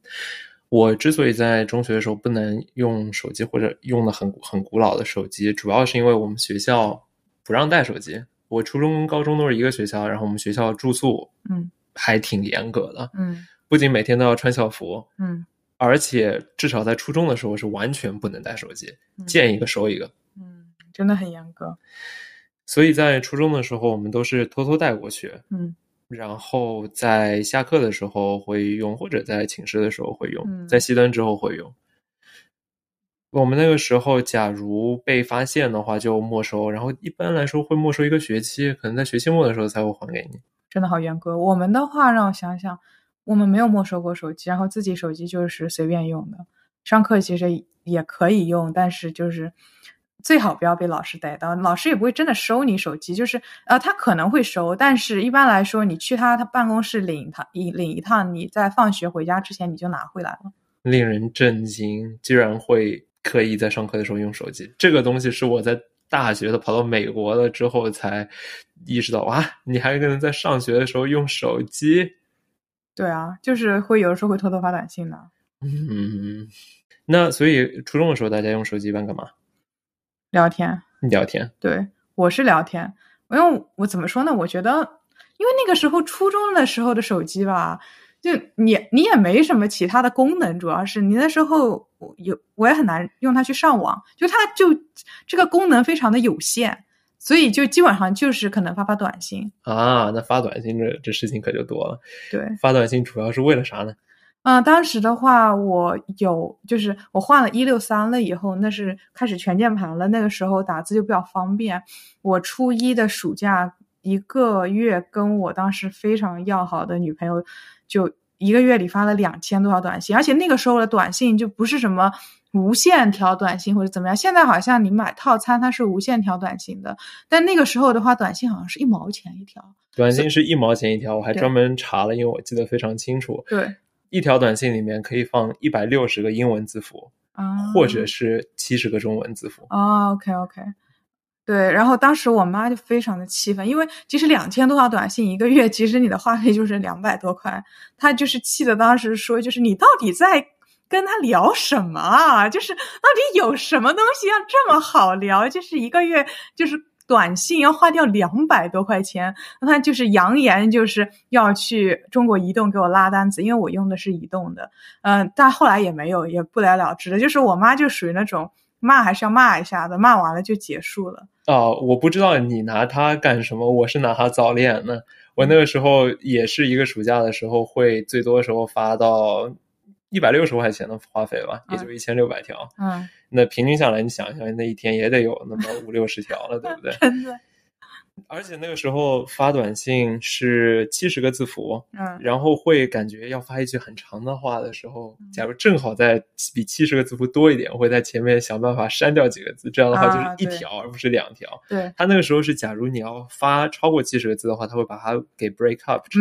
C: 我之所以在中学的时候不能用手机或者用的很很古老的手机，主要是因为我们学校不让带手机。我初中、高中都是一个学校，然后我们学校住宿，
B: 嗯，
C: 还挺严格的，
B: 嗯
C: 不仅每天都要穿校服，
B: 嗯
C: 而且至少在初中的时候是完全不能带手机，
B: 嗯
C: 见一个收一个。
B: 嗯，真的很严格。
C: 所以在初中的时候，我们都是偷偷带过去，
B: 嗯
C: 然后在下课的时候会用，或者在寝室的时候会用，
B: 嗯
C: 在熄灯之后会用。我们那个时候，假如被发现的话，就没收，然后一般来说会没收一个学期，可能在学期末的时候才会还给你。
B: 真的好严格。我们的话，让我想想，我们没有没收过手机，然后自己手机就是随便用的。上课其实也可以用，但是就是最好不要被老师逮到，老师也不会真的收你手机，就是呃，他可能会收，但是一般来说，你去他他办公室领他一领一趟，你在放学回家之前你就拿回来了。
C: 令人震惊，居然会刻意在上课的时候用手机。这个东西是我在大学的跑到美国了之后才意识到，哇，你还可能在上学的时候用手机。
B: 对啊，就是会有的时候会偷偷发短信的，
C: 嗯，那所以初中的时候大家用手机一般干嘛？
B: 聊天。
C: 聊天。
B: 对，我是聊天，因为我怎么说呢？我觉得，因为那个时候初中的时候的手机吧，就你你也没什么其他的功能，主要是你那时候我有我也很难用它去上网，就它就这个功能非常的有限，所以就基本上就是可能发发短信。
C: 啊，那发短信这这事情可就多了。
B: 对，
C: 发短信主要是为了啥呢？
B: 嗯、当时的话，我有就是我换了一六三了以后，那是开始全键盘了。那个时候打字就比较方便。我初一的暑假，一个月跟我当时非常要好的女朋友，就一个月里发了两千多条短信，而且那个时候的短信就不是什么无限条短信或者怎么样。现在好像你买套餐它是无限条短信的，但那个时候的话，短信好像是一毛钱一条。
C: 短信是一毛钱一条，我还
B: 对
C: 专门查了，因为我记得非常清楚，
B: 对
C: 一条短信里面可以放一百六十个英文字符，
B: 啊，
C: 或者是七十个中文字符。
B: 哦，OK OK，对，然后当时我妈就非常的气愤，因为其实两千多条短信一个月，其实你的话费就是两百多块，她就是气的，当时说就是你到底在跟他聊什么啊？就是到底有什么东西要这么好聊？就是一个月就是。短信要花掉两百多块钱，那她就是扬言就是要去中国移动给我拉单子，因为我用的是移动的，嗯，但后来也没有，也不了了之了。就是我妈就属于那种骂还是要骂一下的，骂完了就结束了。
C: 哦，我不知道你拿它干什么，我是拿它早恋呢。我那个时候也是一个暑假的时候，会最多时候发到一百六十块钱的话费吧，也就一千六百条。
B: 嗯，
C: 那平均下来，你想一想，那一天也得有那么五六十条了，对不 对？
B: 真的，
C: 而且那个时候发短信是七十个字符，
B: 嗯，
C: 然后会感觉要发一句很长的话的时候，假如正好在比七十个字符多一点，我会在前面想办法删掉几个字，这样的话
B: 啊
C: 就是一
B: 对
C: 条而不是两条。
B: 对，
C: 他那个时候是，假如你要发超过七十个字的话，他会把它给 break up 成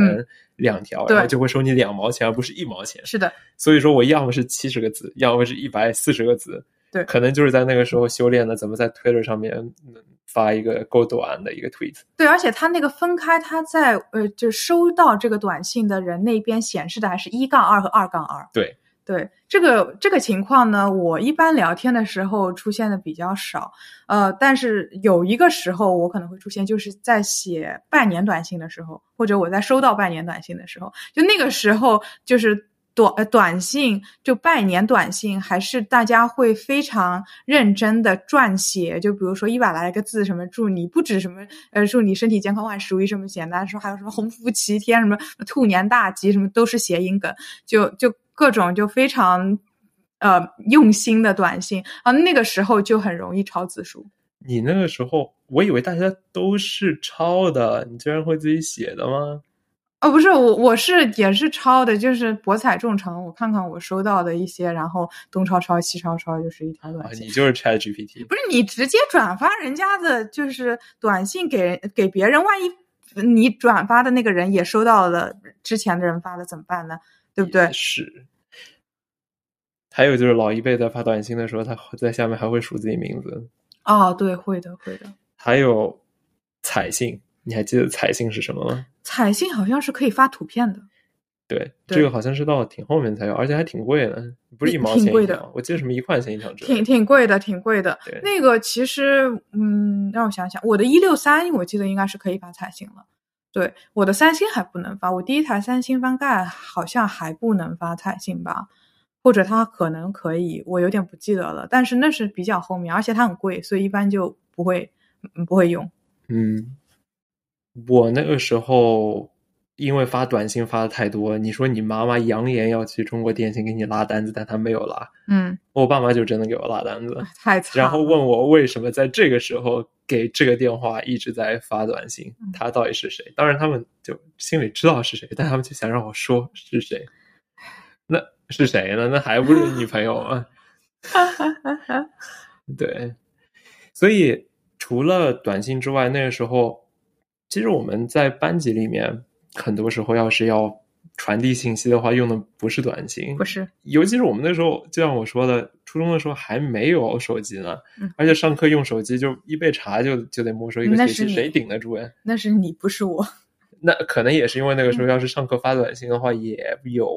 C: 两条，
B: 嗯对
C: 然后就会收你两毛钱，而不是一毛钱。
B: 是的，
C: 所以说我要么是七十个字，要么是一百四十个字。
B: 对
C: 可能就是在那个时候修炼的，怎么在 Twitter 上面嗯发一个够短的一个 tweet。
B: 对，而且他那个分开，他在呃，就收到这个短信的人那边显示的还是一杠二和二杠二。
C: 对，
B: 对这个这个情况呢，我一般聊天的时候出现的比较少，呃，但是有一个时候我可能会出现，就是在写半年短信的时候，或者我在收到半年短信的时候，就那个时候就是短呃短信，就半年短信还是大家会非常认真的撰写，就比如说一百来个字，什么祝你不止什么呃祝你身体健康万事如意这么简单，说还有什么鸿福齐天，什么兔年大吉，什么都是谐音梗，就就。各种就非常呃用心的短信啊，那个时候就很容易抄字数。
C: 你那个时候，我以为大家都是抄的，你居然会自己写的吗？
B: 哦，不是我，我是也是抄的，就是博采众长。我看看我收到的一些，然后东抄抄西抄抄，就是一条
C: 啊
B: 短，信。
C: 你就是 Chat GPT
B: 不是你直接转发人家的，就是短信给人给别人，万一你转发的那个人也收到了之前的人发的怎么办呢？对不对？
C: 是。还有就是老一辈在发短信的时候，他会在下面还会数自己名字。
B: 哦，对，会的，会的。
C: 还有彩信，你还记得彩信是什么吗？
B: 彩信好像是可以发图片的。
C: 对，
B: 对
C: 这个好像是到挺后面才有，而且还挺贵的，不是一
B: 挺
C: 毛钱
B: 挺贵
C: 一
B: 的
C: 条，我记得什么一块钱一条之类
B: 挺
C: 的。
B: 挺贵的，挺贵的
C: 对。
B: 那个其实，嗯，让我想想，我的一六三我记得应该是可以发彩信了。对，我的三星还不能发，我第一台三星翻盖好像还不能发彩信吧，或者它可能可以，我有点不记得了。但是那是比较后面，而且它很贵，所以一般就不会嗯不会用。
C: 嗯，我那个时候因为发短信发的太多，你说你妈妈扬言要去中国电信给你拉单子，但她没有拉，
B: 嗯，
C: 我爸妈就真的给我拉单子，
B: 太惨了。
C: 然后问我为什么在这个时候给这个电话一直在发短信，
B: 嗯
C: 他到底是谁？当然他们就心里知道是谁，但他们就想让我说是谁，那是谁呢？那还不是女朋友吗？ 对，所以除了短信之外，那个时候其实我们在班级里面，很多时候要是要传递信息的话，用的不是短信，
B: 不是，
C: 尤其是我们那时候，就像我说的，初中的时候还没有手机呢，
B: 嗯
C: 而且上课用手机就一被查就就得没收一个
B: 那
C: 学
B: 是
C: 期，
B: 你
C: 谁顶得住呀？
B: 那是你，不是我。
C: 那可能也是因为那
B: 嗯
C: 个时候，要是上课发短信的话，也有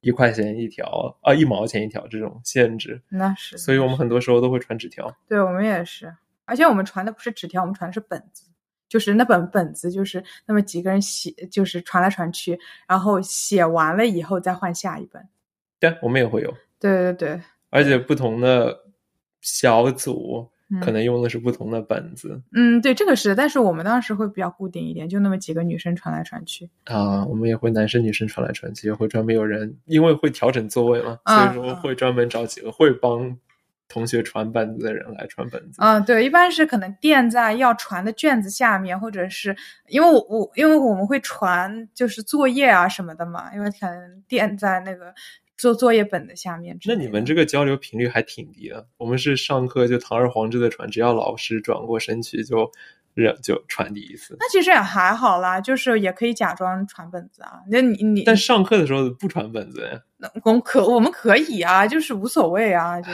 C: 一块钱一条啊，一毛钱一条这种限制，
B: 那是，
C: 所以我们很多时候都会传纸条。
B: 对我们也是，而且我们传的不是纸条，我们传的是本子，就是那本本子，就是那么几个人写，就是传来传去，然后写完了以后再换下一本。
C: 对，啊我们也会有，
B: 对对对，
C: 而且不同的小组
B: 嗯
C: 可能用的是不同的本子
B: 嗯，对，这个是，但是我们当时会比较固定一点，就那么几个女生传来传去。
C: 啊，我们也会男生女生传来传去，也会专门有人，因为会调整座位嘛，所
B: 嗯
C: 以说
B: 嗯
C: 会专门找几个会帮同学传本子的人来传本子。
B: 嗯，对，一般是可能垫在要传的卷子下面，或者是因为我我因为我们会传就是作业啊什么的嘛，因为可能垫在那个做作业本的下面之
C: 那
B: 类的。
C: 你们这个交流频率还挺低的，我们是上课就堂而皇之的传，只要老师转过身去就人就传递一次。
B: 那其实也还好啦，就是也可以假装传本子啊。那你你，
C: 但上课的时候不传本子呀，
B: 那我们可我们可以啊，就是无所谓啊，就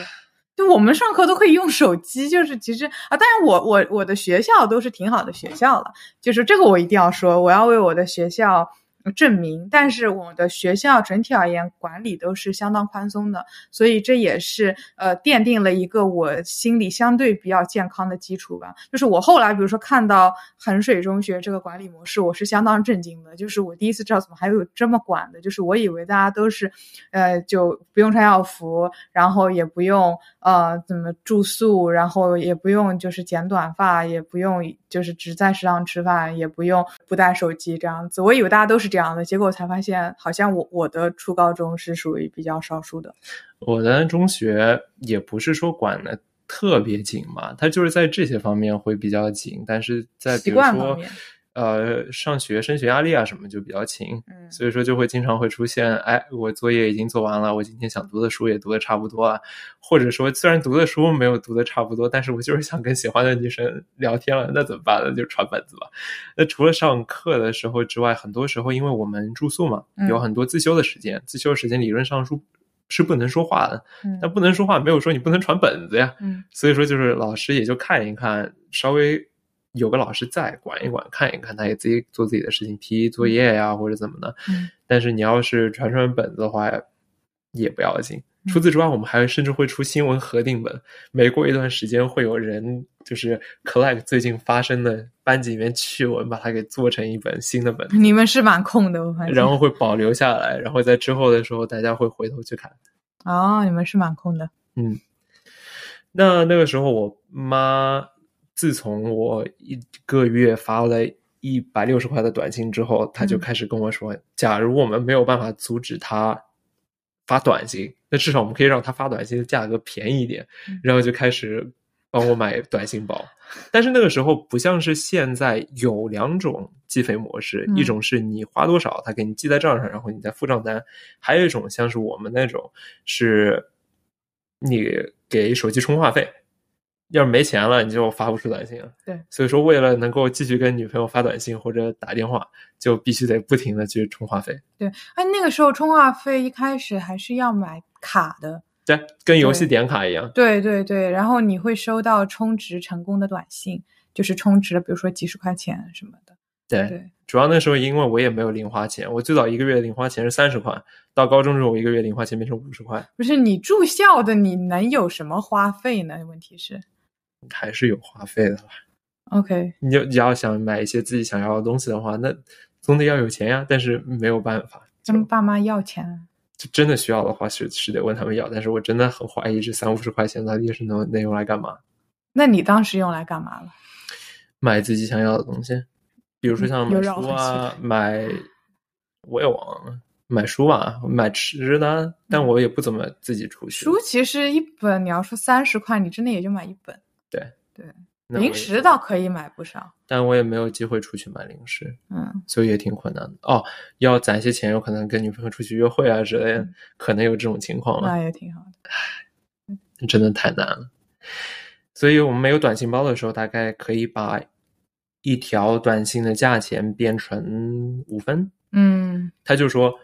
B: 就我们上课都可以用手机，就是其实啊，当然我我我的学校都是挺好的学校了，就是这个我一定要说，我要为我的学校。证明，但是我的学校整体而言管理都是相当宽松的，所以这也是呃奠定了一个我心里相对比较健康的基础吧。就是我后来比如说看到衡水中学这个管理模式，我是相当震惊的，就是我第一次知道怎么还有这么管的，就是我以为大家都是呃就不用穿校服，然后也不用呃怎么住宿，然后也不用就是剪短发，也不用就是只在食堂吃饭，也不用不带手机这样子。我以为大家都是这样的，结果我才发现好像我我的初高中是属于比较少数的。
C: 我的中学也不是说管的特别紧嘛，它就是在这些方面会比较紧，但是在比
B: 习
C: 如
B: 惯方
C: 说
B: 面
C: 呃上学升学压力啊什么就比较轻，
B: 嗯
C: 所以说就会经常会出现，哎，我作业已经做完了，我今天想读的书也读的差不多了，或者说虽然读的书没有读的差不多，但是我就是想跟喜欢的女生聊天了，那怎么办呢？就传本子吧。那除了上课的时候之外，很多时候因为我们住宿嘛，
B: 嗯
C: 有很多自修的时间，自修时间理论上是是不能说话的，
B: 嗯
C: 但不能说话没有说你不能传本子呀，
B: 嗯
C: 所以说就是老师也就看一看，稍微有个老师在管一管，看一看，他也自己做自己的事情，批作业呀或者怎么的。
B: 嗯
C: 但是你要是传传本子的话，也不要紧。除此之外，我们还甚至会出新闻核定本，每过一段时间会有人就是 collect 最近发生的班级里面趣闻，把它给做成一本新的本子，
B: 你们是蛮空的，我发现。
C: 然后会保留下来，然后在之后的时候大家会回头去看。
B: 哦，你们是蛮空的，
C: 嗯，那那个时候我妈自从我一个月发了一百六十块的短信之后，她就
B: 嗯
C: 开始跟我说，假如我们没有办法阻止她发短信，那至少我们可以让她发短信的价格便宜一点
B: 嗯，
C: 然后就开始帮我买短信包。但是那个时候不像是现在有两种计费模式，
B: 嗯
C: 一种是你花多少，他给你记在账上，然后你再付账单；还有一种像是我们那种是，你给手机充话费，要是没钱了你就发不出短信了。
B: 对，
C: 所以说为了能够继续跟女朋友发短信或者打电话，就必须得不停的去充话费。
B: 哎，那个时候充话费一开始还是要买卡的，
C: 对，跟游戏
B: 对
C: 点卡一样。
B: 对对对，然后你会收到充值成功的短信，就是充值了，比如说几十块钱什么的。
C: 对
B: 对，
C: 主要那时候因为我也没有零花钱，我最早一个月零花钱是三十块，到高中之后我一个月零花钱变成五十块。
B: 不是你住校的，你能有什么花费呢？问题是
C: 还是有花费的吧。
B: ，OK，
C: 你就你要想买一些自己想要的东西的话，那总得要有钱呀。但是没有办法，就
B: 跟爸妈要钱，啊
C: 就真的需要的话是是得问他们要。但是我真的很怀疑这三五十块钱到底是能能用来干嘛？
B: 那你当时用来干嘛了？
C: 买自己想要的东西，比如说像
B: 又
C: 买
B: 绕
C: 书
B: 回
C: 啊，买我也忘了买书吧，买吃的，啊但我也不怎么自己出去。
B: 嗯书其实一本，你要说三十块，你真的也就买一本。
C: 那我也
B: 零食倒可以买不少，
C: 但我也没有机会出去买零食。
B: 嗯，
C: 所以也挺困难的哦。要攒些钱，有可能跟女朋友出去约会啊之类的
B: 嗯，哎
C: 可能有这种情况嘛
B: 那，也挺好的。
C: 真的太难了。所以我们没有短信包的时候，大概可以把一条短信的价钱变成五分。
B: 嗯
C: 他就说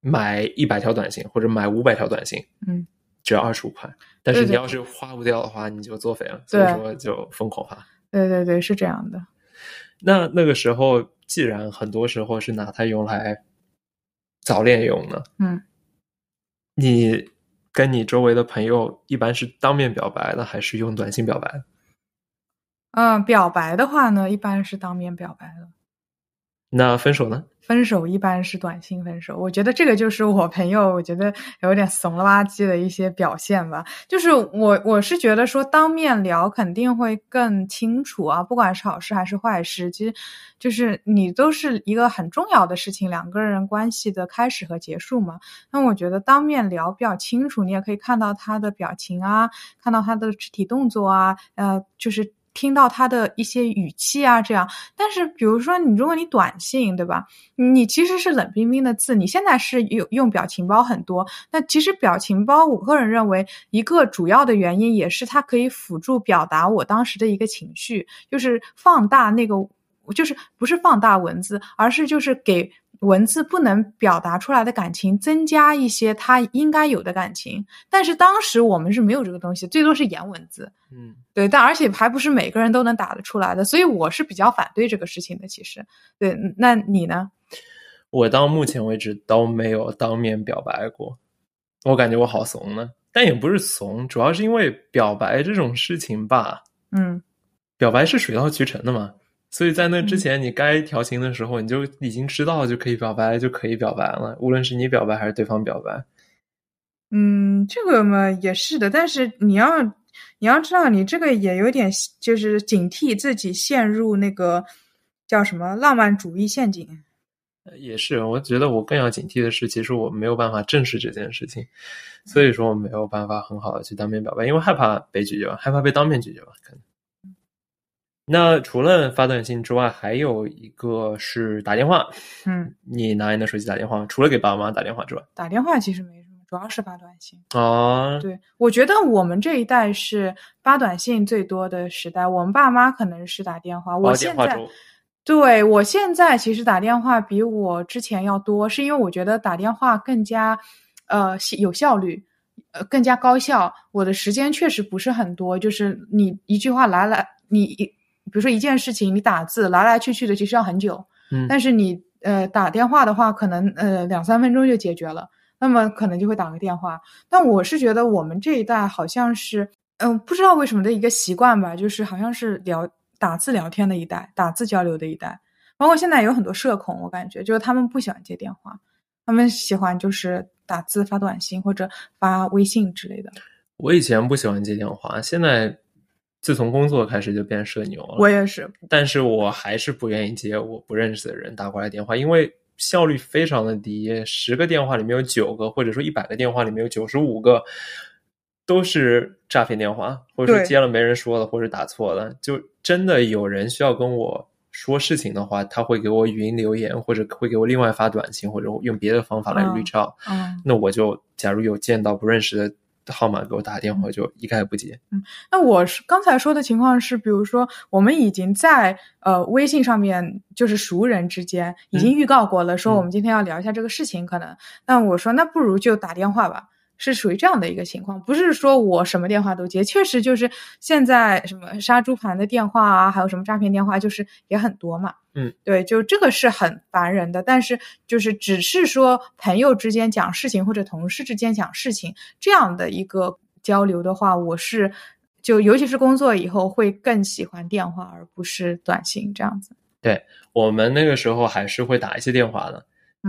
C: 买一百条短信或者买五百条短信，
B: 嗯，
C: 只要二十五块。但是
B: 对对
C: 你要是花不掉的话，你就作废了。所以
B: 对啊
C: 说就疯狂花。
B: 对对对，是这样的。
C: 那那个时候，既然很多时候是拿它用来早恋用呢，
B: 嗯，
C: 你跟你周围的朋友一般是当面表白的，还是用短信表白的？
B: 嗯，表白的话呢，一般是当面表白的；
C: 那分手呢？
B: 分手一般是短信分手。我觉得这个就是我朋友，我觉得有点怂了吧唧的一些表现吧。就是我我是觉得说当面聊肯定会更清楚啊，不管是好事还是坏事，其实就是你都是一个很重要的事情，两个人关系的开始和结束嘛。那我觉得当面聊比较清楚，你也可以看到他的表情啊，看到他的肢体动作啊，呃，就是听到他的一些语气啊，这样。但是比如说你，如果你短信对吧，你其实是冷冰冰的字，你现在是用用表情包很多。那其实表情包，我个人认为一个主要的原因也是它可以辅助表达我当时的一个情绪，就是放大那个。就是不是放大文字，而是就是给文字不能表达出来的感情增加一些它应该有的感情。但是当时我们是没有这个东西，最多是颜文字。
C: 嗯，
B: 对，但而且还不是每个人都能打得出来的，所以我是比较反对这个事情的。其实，对，嗯那你呢？
C: 我到目前为止都没有当面表白过，我感觉我好怂呢。但也不是怂，主要是因为表白这种事情吧，
B: 嗯，
C: 表白是水到渠成的嘛。所以在那之前，你该调情的时候，你就已经知道就可以表白，就可以表白了。无论是你表白还是对方表白，
B: 嗯，这个嘛也是的，但是你要你要知道，你这个也有点就是警惕自己陷入那个叫什么浪漫主义陷阱。
C: 呃也是，我觉得我更要警惕的是，其实我没有办法正视这件事情，所以说我没有办法很好的去当面表白，因为害怕被拒绝吧，害怕被当面拒绝吧，可能。那除了发短信之外，还有一个是打电话。
B: 嗯，
C: 你拿你的手机打电话吗，除了给爸妈打电话之外，
B: 打电话其实没什么，主要是发短信。
C: 啊，
B: 对，我觉得我们这一代是发短信最多的时代，我们爸妈可能是打电话，我
C: 煲
B: 现
C: 哦电话
B: 在。
C: 粥，
B: 对我现在其实打电话比我之前要多，是因为我觉得打电话更加，呃，系有效率，呃，更加高效。我的时间确实不是很多，就是你一句话来来，你一比如说一件事情，你打字来来去去的其实要很久，
C: 嗯
B: 但是你呃打电话的话，可能呃两三分钟就解决了。那么可能就会打个电话。但我是觉得我们这一代好像是，嗯，不知道为什么的一个习惯吧，就是好像是聊打字聊天的一代，打字交流的一代。包括现在有很多社恐，我感觉就是他们不喜欢接电话，他们喜欢就是打字、发短信或者发微信之类的。
C: 我以前不喜欢接电话，现在自从工作开始就变社牛了。
B: 我也是，
C: 但是我还是不愿意接我不认识的人打过来电话，因为效率非常的低。十个电话里面有九个，或者说一百个电话里面有九十五个都是诈骗电话，或者说
B: 对
C: 接了没人说了，或者打错了。就真的有人需要跟我说事情的话，他会给我语音留言，或者会给我另外发短信，或者用别的方法来
B: 嗯
C: reach out。
B: 嗯，
C: 那我就假如有见到不认识的号码给我打
B: 嗯
C: 电话，我就一概不接。
B: 那我是刚才说的情况是，比如说我们已经在呃微信上面，就是熟人之间已经预告过了，说我们今天要聊一下这个事情，可能。那我说那不如就打电话吧，是属于这样的一个情况，不是说我什么电话都接，确实就是现在什么杀猪盘的电话啊，还有什么诈骗电话，就是也很多嘛。
C: 嗯，
B: 对，就这个是很烦人的，但是就是只是说朋友之间讲事情或者同事之间讲事情这样的一个交流的话，我是就尤其是工作以后会更喜欢电话而不是短信这样子。
C: 我们那个时候还是会打一些电话的。
B: 嗯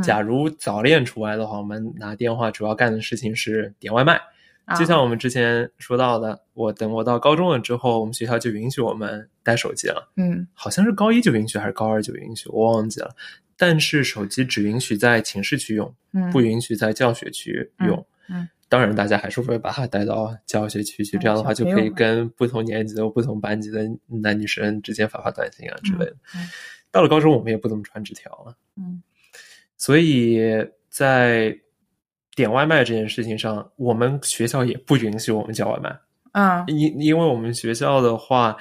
C: 假如早恋除外的话，我们拿电话主要干的事情是点外卖。
B: 啊
C: 就像我们之前说到的，我等我到高中了之后，我们学校就允许我们带手机了，
B: 嗯
C: 好像是高一就允许还是高二就允许，我忘记了。但是手机只允许在寝室区用，
B: 嗯
C: 不允许在教学区用。
B: 嗯嗯
C: 当然，大家还是会把它带到教学区去，
B: 嗯
C: 这样的话就
B: 小朋友
C: 可以
B: 嘛
C: 跟不同年级的、不同班级的男女生之间发发短信啊之类的。
B: 嗯嗯
C: 到了高中，我们也不怎么传纸条了，
B: 嗯
C: 所以在点外卖这件事情上，我们学校也不允许我们叫外卖，
B: 嗯
C: 因因为我们学校的话。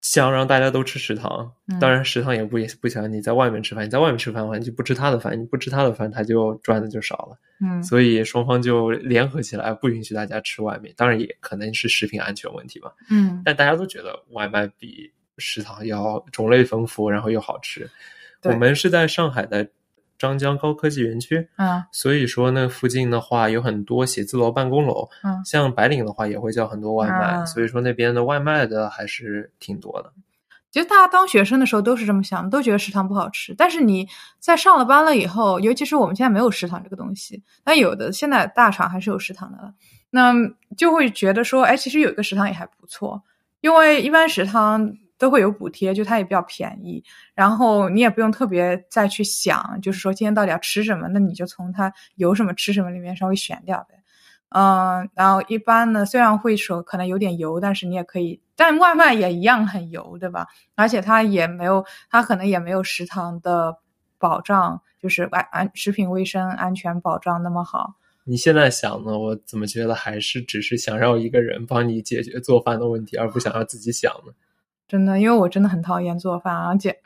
C: 想让大家都吃食堂，
B: 嗯
C: 当然食堂也不也不想你在外面吃饭，你在外面吃饭的话，你就不吃他的饭，你不吃他的饭，他就赚的就少了。
B: 嗯
C: 所以双方就联合起来，不允许大家吃外面。当然，也可能是食品安全问题吧。
B: 嗯，
C: 但大家都觉得外卖比食堂要种类丰富，然后又好吃。
B: 对
C: 我们是在上海的张江高科技园区，
B: 嗯
C: 所以说那附近的话有很多写字楼、办公楼，
B: 嗯
C: 像白领的话也会叫很多外卖，
B: 啊
C: 所以说那边的外卖的还是挺多的。
B: 其实大家当学生的时候都是这么想的，都觉得食堂不好吃。但是你在上了班了以后，尤其是我们现在没有食堂这个东西，但有的现在大厂还是有食堂的了，那就会觉得说，哎，其实有一个食堂也还不错，因为一般食堂都会有补贴，就它也比较便宜，然后你也不用特别再去想，就是说今天到底要吃什么，那你就从它有什么吃什么里面稍微选掉呗。嗯，然后一般呢，虽然会说可能有点油，但是你也可以，但外卖也一样很油，对吧？而且它也没有，它可能也没有食堂的保障，就是安安食品卫生安全保障那么好。
C: 你现在想呢？我怎么觉得还是只是想要一个人帮你解决做饭的问题，而不想要自己想呢？
B: 真的，因为我真的很讨厌做饭，而且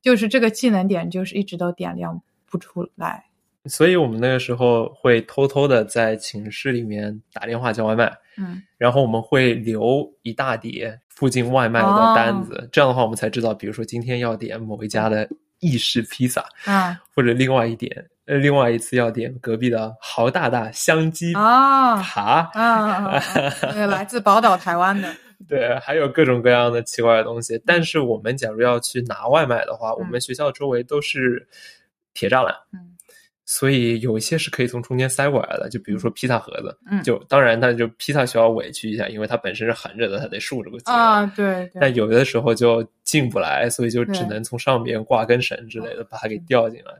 B: 就是这个技能点就是一直都点亮不出来。
C: 所以我们那个时候会偷偷的在寝室里面打电话叫外卖，
B: 嗯，
C: 然后我们会留一大叠附近外卖的单子，这样的话我们才知道，比如说今天要点某一家的意式披萨，
B: 啊
C: 或者另外一点，呃，另外一次要点隔壁的豪大大香鸡
B: 啊
C: 扒，
B: 啊 啊！那个来自宝岛台湾的，
C: 对，还有各种各样的奇怪的东西。但是我们假如要去拿外卖的话，我们学校周围都是铁栅栏，
B: 嗯
C: 所以有一些是可以从中间塞过来的，就比如说披萨盒子，
B: 嗯
C: 就当然它就披萨需要委屈一下，因为它本身是横着的，它得竖着个脊梁。
B: 啊，对对
C: 但有的时候就进不来，所以就只
B: 对
C: 能从上面挂根绳之类的把它给吊进来。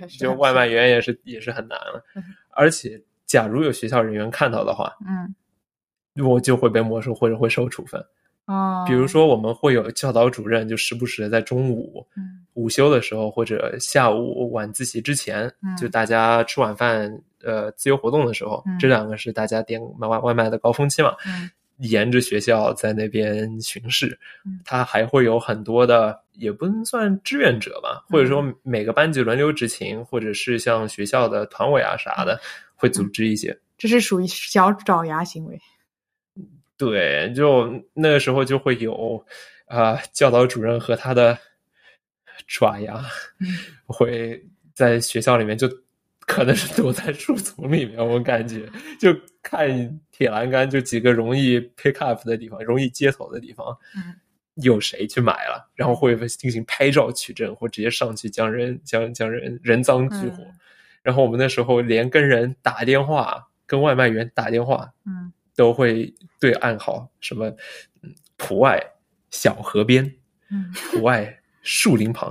B: 也是
C: 就
B: 很
C: 外卖
B: 奇
C: 员也是也是很难了
B: 嗯，
C: 而且假如有学校人员看到的话，
B: 怪嗯
C: 我就会被没收或者会受处分。
B: 啊，
C: 比如说，我们会有教导主任，就时不时的在中午
B: 嗯
C: 午休的时候，或者下午晚自习之前，
B: 嗯
C: 就大家吃晚饭，呃，自由活动的时候，
B: 嗯
C: 这两个是大家点买外外卖的高峰期嘛，
B: 嗯
C: 沿着学校在那边巡视
B: 嗯，
C: 他还会有很多的，也不能算志愿者吧，或者说
B: 嗯
C: 每个班级轮流执勤，或者是像学校的团委啊啥
B: 嗯
C: 的，会组织一些。
B: 这是属于小爪牙行为。
C: 对，就那个时候就会有，啊、教导主任和他的爪牙
B: 嗯
C: 会在学校里面就可能是躲在树丛里面，我感觉就看铁栏杆，就几个容易 pick up 的地方，容易接头的地方，
B: 嗯
C: 有谁去买了，然后会进行拍照取证，或直接上去将人将将人人赃俱获。
B: 嗯
C: 然后我们那时候连跟人打电话，跟外卖员打电话，
B: 嗯
C: 都会对暗号，什么嗯浦外小河边，
B: 嗯
C: 浦外树林旁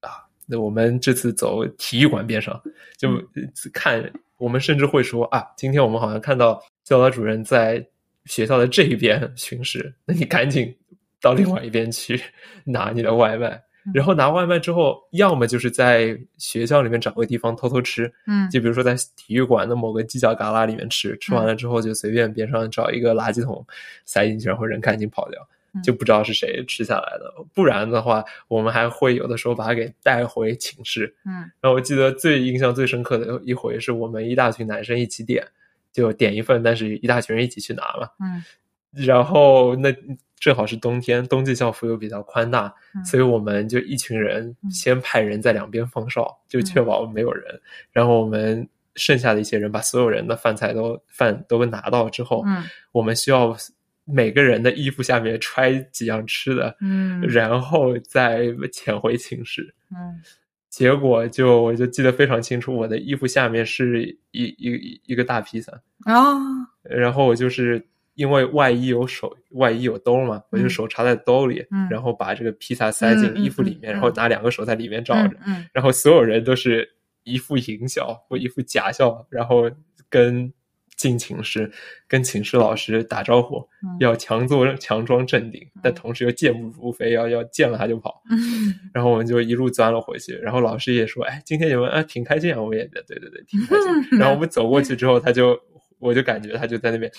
C: 啊。那我们这次走体育馆边上，就
B: 嗯
C: 呃看，我们甚至会说啊，今天我们好像看到教导主任在学校的这一边巡视，那你赶紧到另外一边去拿你的外卖
B: 嗯。
C: 然后拿外卖之后，要么就是在学校里面找个地方偷偷吃，
B: 嗯
C: 就比如说在体育馆的某个犄角旮旯里面吃，吃完了之后就随便边上找一个垃圾桶塞进去，然后人赶紧跑掉
B: 嗯，
C: 就不知道是谁吃下来的。不然的话，我们还会有的时候把它给带回寝室。
B: 嗯
C: 然后我记得最印象最深刻的一回是我们一大群男生一起点，就点一份，但是一大群人一起去拿嘛。
B: 嗯
C: 然后那正好是冬天，冬季校服又比较宽大，
B: 嗯
C: 所以我们就一群人
B: 嗯
C: 先派人在两边放哨，就确
B: 嗯
C: 保没有人。然后我们剩下的一些人把所有人的饭菜都饭都拿到之后，
B: 嗯
C: 我们需要每个人的衣服下面揣几样吃的，
B: 嗯
C: 然后再潜回寝室。
B: 嗯
C: 结果就我就记得非常清楚，我的衣服下面是一一一一个大披萨，
B: 啊
C: 然后我就是因为外衣有手，外衣有兜嘛，我就手插在兜里，
B: 嗯
C: 然后把这个披萨塞进
B: 嗯
C: 衣服里面，
B: 嗯嗯
C: 然后拿两个手在里面罩着，
B: 嗯
C: 然后所有人都是一副淫笑或一副假笑，然后跟进寝室，跟寝室老师打招呼，
B: 嗯
C: 要强作强装镇定，但同时又健步如飞，要要见了他就跑。
B: 嗯
C: 然后我们就一路钻了回去。然后老师也说：“哎，今天你们啊挺开心啊，我们也对对对挺开 心。”然后我们走过去之后，他就我就感觉他就在那边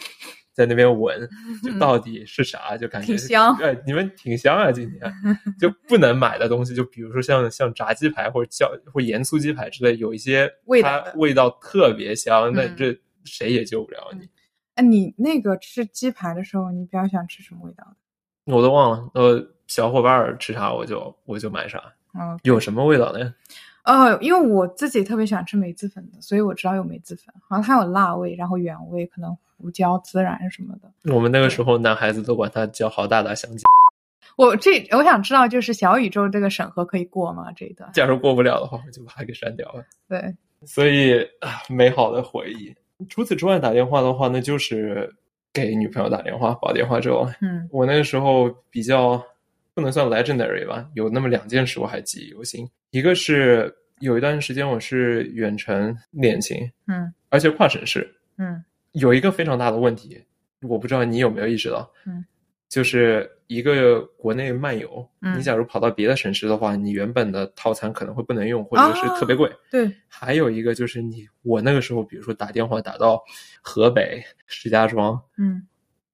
C: 在那边闻，就到底是啥，就感觉
B: 挺香
C: 哎，你们挺香啊，今 天就不能买的东西，就比如说像像炸鸡排或者叫或盐酥鸡排之类，有一些
B: 味
C: 它
B: 道的
C: 味道特别香，那
B: 嗯
C: 这谁也救不了你。
B: 哎，你那个吃鸡排的时候，你比较想吃什么味道
C: 我都忘了，呃，小伙伴儿吃啥我就我就买啥，
B: 的？嗯，
C: 有什么味道呢？
B: 呃，因为我自己特别喜欢吃梅子粉的，所以我知道有梅子粉，好像它有辣味，然后原味，可能胡椒、孜然什么的。
C: 我们那个时候男孩子都管它叫好大大香鸡。
B: 我这我想知道，就是小宇宙这个审核可以过吗？这一段？
C: 假如过不了的话，我就把它给删掉了。
B: 对，
C: 所以啊，美好的回忆。除此之外，打电话的话，那就是给女朋友打电话，煲电话粥。
B: 嗯
C: 我那个时候比较不能算 legendary 吧，有那么两件事我还记忆犹新。一个是有一段时间我是远程练琴，
B: 嗯
C: 而且跨省市，
B: 嗯
C: 有一个非常大的问题，我不知道你有没有意识到，
B: 嗯，
C: 就是一个国内漫游，
B: 嗯
C: 你假如跑到别的省市的话，你原本的套餐可能会不能用，或者是
B: 哦
C: 特别贵。
B: 对，
C: 还有一个就是你，我那个时候，比如说打电话打到河北石家庄，
B: 嗯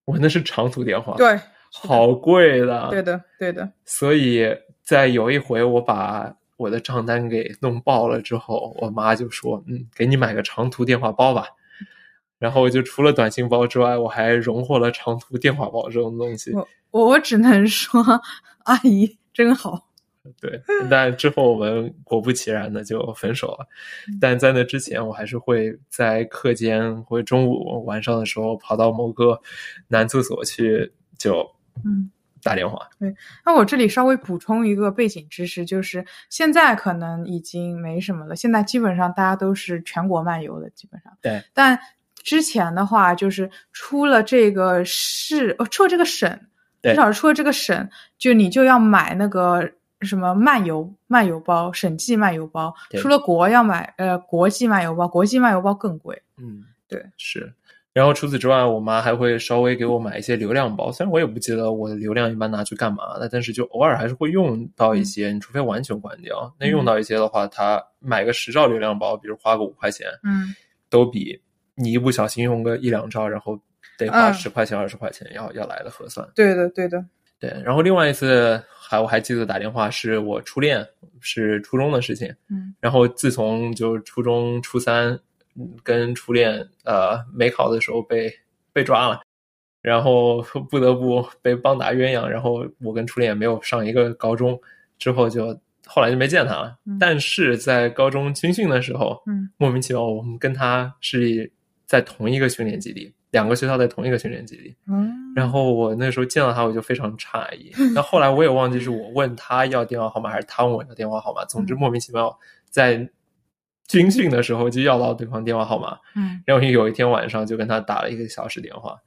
C: 我那是长途电话，，
B: 对，
C: 好贵的，
B: 对的对的，
C: 所以在有一回我把我的账单给弄爆了之后，我妈就说：“嗯，给你买个长途电话煲吧。”
B: 嗯
C: 然后就除了短信煲之外，我还荣获了长途电话煲这种东西。
B: 我我我只能说，阿姨真好。
C: 对，但之后我们果不其然的就分手了。
B: 嗯
C: 但在那之前，我还是会在课间或者中午、晚上的时候跑到某个男厕所去就
B: 嗯。
C: 打电话。
B: 那我这里稍微补充一个背景知识，就是现在可能已经没什么了，现在基本上大家都是全国漫游的，基本上。
C: 对。
B: 但之前的话，就是出了这个市，哦，出了这个省，
C: 对
B: 至少出了这个省，就你就要买那个什么漫游漫游包、省际漫游包，
C: 对
B: 出了国要买呃国际漫游包，国际漫游包更贵。
C: 嗯，
B: 对，
C: 是。然后除此之外，我妈还会稍微给我买一些流量包，虽然我也不记得我的流量一般拿去干嘛的，但是就偶尔还是会用到
B: 嗯
C: 一些，你除非完全关掉。那用到一些的话，她买个十兆流量包，比如花个五块钱，
B: 嗯，
C: 都比你一不小心用个一两兆，然后得花
B: 嗯
C: 十块钱、二十块钱要要来的合算。
B: 对的，对的。
C: 对，然后另外一次还我还记得打电话是我初恋，是初中的事情。
B: 嗯，
C: 然后自从就是初中初三嗯跟初恋呃没考的时候被被抓了，然后不得不被棒打鸳鸯，然后我跟初恋也没有上一个高中，之后就后来就没见他了。
B: 嗯
C: 但是在高中军训的时候，
B: 嗯
C: 莫名其妙我们跟他是在同一个训练基地，两个学校在同一个训练基地。
B: 嗯，
C: 然后我那时候见到他，我就非常诧异。那后来我也忘记是我问他要电话号码，还是他问我要电话号码。总之莫名其妙在军训的时候就要到对方电话号码，
B: 嗯
C: 然后有一天晚上就跟他打了一个小时电话，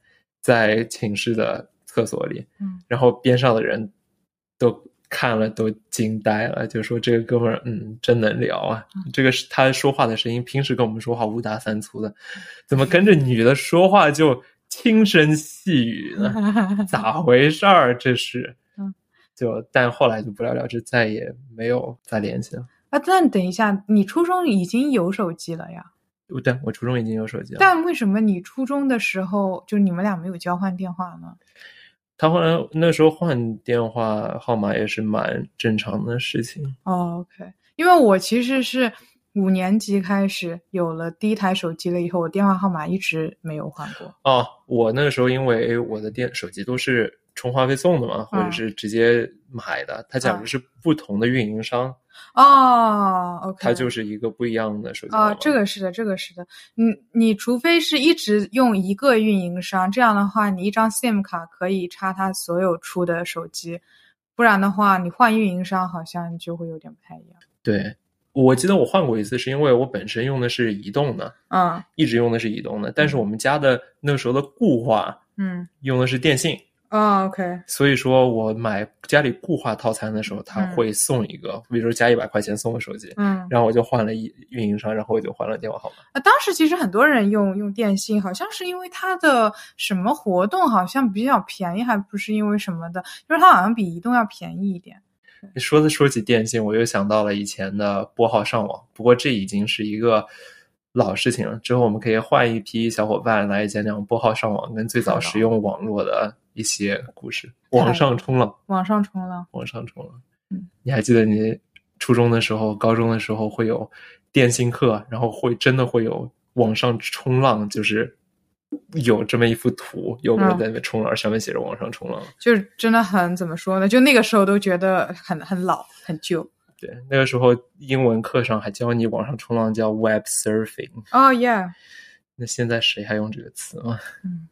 C: 在寝室的厕所里，
B: 嗯
C: 然后边上的人都看了都惊呆了，就说这个哥们儿，嗯，真能聊啊！这个是他说话的声音，平时跟我们说话五大三粗的，怎么跟着女的说话就轻声细语 呢？ 咋回事儿？这是
B: 嗯，
C: 就但后来就不了了之，再也没有再联系了。
B: 啊，但等一下，你初中已经有手机了呀？
C: 我对我初中已经有手机了，
B: 但为什么你初中的时候就你们俩没有交换电话呢？
C: 他后来那时候换电话号码也是蛮正常的事情。
B: 哦，OK，因为我其实是五年级开始有了第一台手机了以后，我电话号码一直没有换过。
C: 哦，我那个时候因为我的电手机都是充话费送的嘛，或者
B: 嗯
C: 是直接买的，它假如是不同的运营商，
B: 哦，OK，
C: 它就是一个不一样的手机号
B: 啊、
C: 码
B: 这个是的，这个是的。你你除非是一直用一个运营商，这样的话，你一张 SIM 卡可以插它所有出的手机，不然的话，你换运营商好像就会有点不太一样。
C: 对，我记得我换过一次，是因为我本身用的是移动的，
B: 嗯
C: 一直用的是移动的，但是我们家的那时候的固话
B: 嗯，
C: 用的是电信，
B: 哦，OK，
C: 所以说我买家里固话套餐的时候，它
B: 嗯
C: 会送一个，比如说加一百块钱送个手机，
B: 嗯，
C: 然后我就换了一运营商，然后我就换了电话号码。
B: 啊，当时其实很多人用用电信，好像是因为它的什么活动好像比较便宜，还不是因为什么的，就是它好像比移动要便宜一点。
C: 说说起电信，我又想到了以前的拨号上网，不过这已经是一个老事情了。之后我们可以换一批小伙伴来讲讲拨号上网跟最早使用网络的一些故事。网上冲浪，
B: 网上冲浪，
C: 网上冲浪
B: 嗯。
C: 你还记得你初中的时候、高中的时候会有电信课，然后会真的会有网上冲浪，就是有这么一幅图，有个人
B: 嗯
C: 在那边冲浪，上面写着“网上冲浪”。
B: 就是真的很怎么说呢？就那个时候都觉得很很老很旧。
C: 对，那个时候英文课上还教你网上冲浪叫 web surfing，
B: 哦、耶，
C: 那现在谁还用这个词啊？
B: 嗯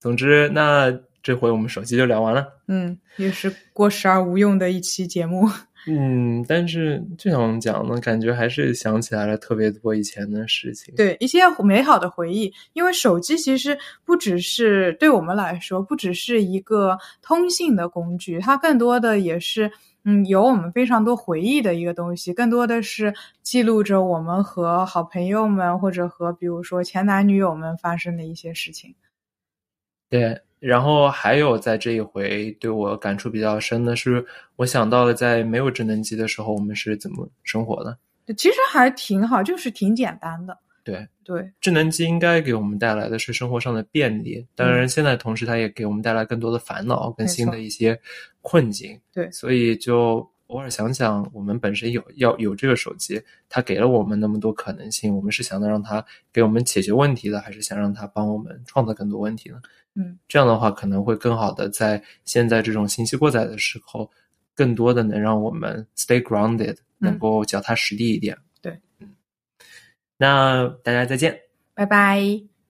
C: 总之，那这回我们手机就聊完了。
B: 嗯，也是过时而无用的一期节目。
C: 嗯，但是就像我们讲呢，感觉还是想起来了特别多以前的事情。，
B: 对一些美好的回忆，因为手机其实不只是对我们来说，不只是一个通信的工具，它更多的也是。嗯，有我们非常多回忆的一个东西，更多的是记录着我们和好朋友们，或者和比如说前男女友们发生的一些事情。
C: 对，然后还有在这一回对我感触比较深的是，我想到了在没有智能机的时候，我们是怎么生活的。
B: 对其实还挺好，就是挺简单的。
C: 对
B: 对，
C: 智能机应该给我们带来的是生活上的便利，当然现在同时它也给我们带来更多的烦恼跟
B: 嗯没错嗯
C: 新的一些困境。
B: 对
C: 所以就偶尔想想，我们本身有要有这个手机，它给了我们那么多可能性，我们是想让它给我们解决问题的，还是想让它帮我们创造更多问题呢？
B: 嗯，
C: 这样的话可能会更好的在现在这种信息过载的时候，更多的能让我们 stay grounded，能
B: 嗯
C: 够脚踏实地一点。
B: 对，
C: 嗯那大家再见。
B: 拜拜。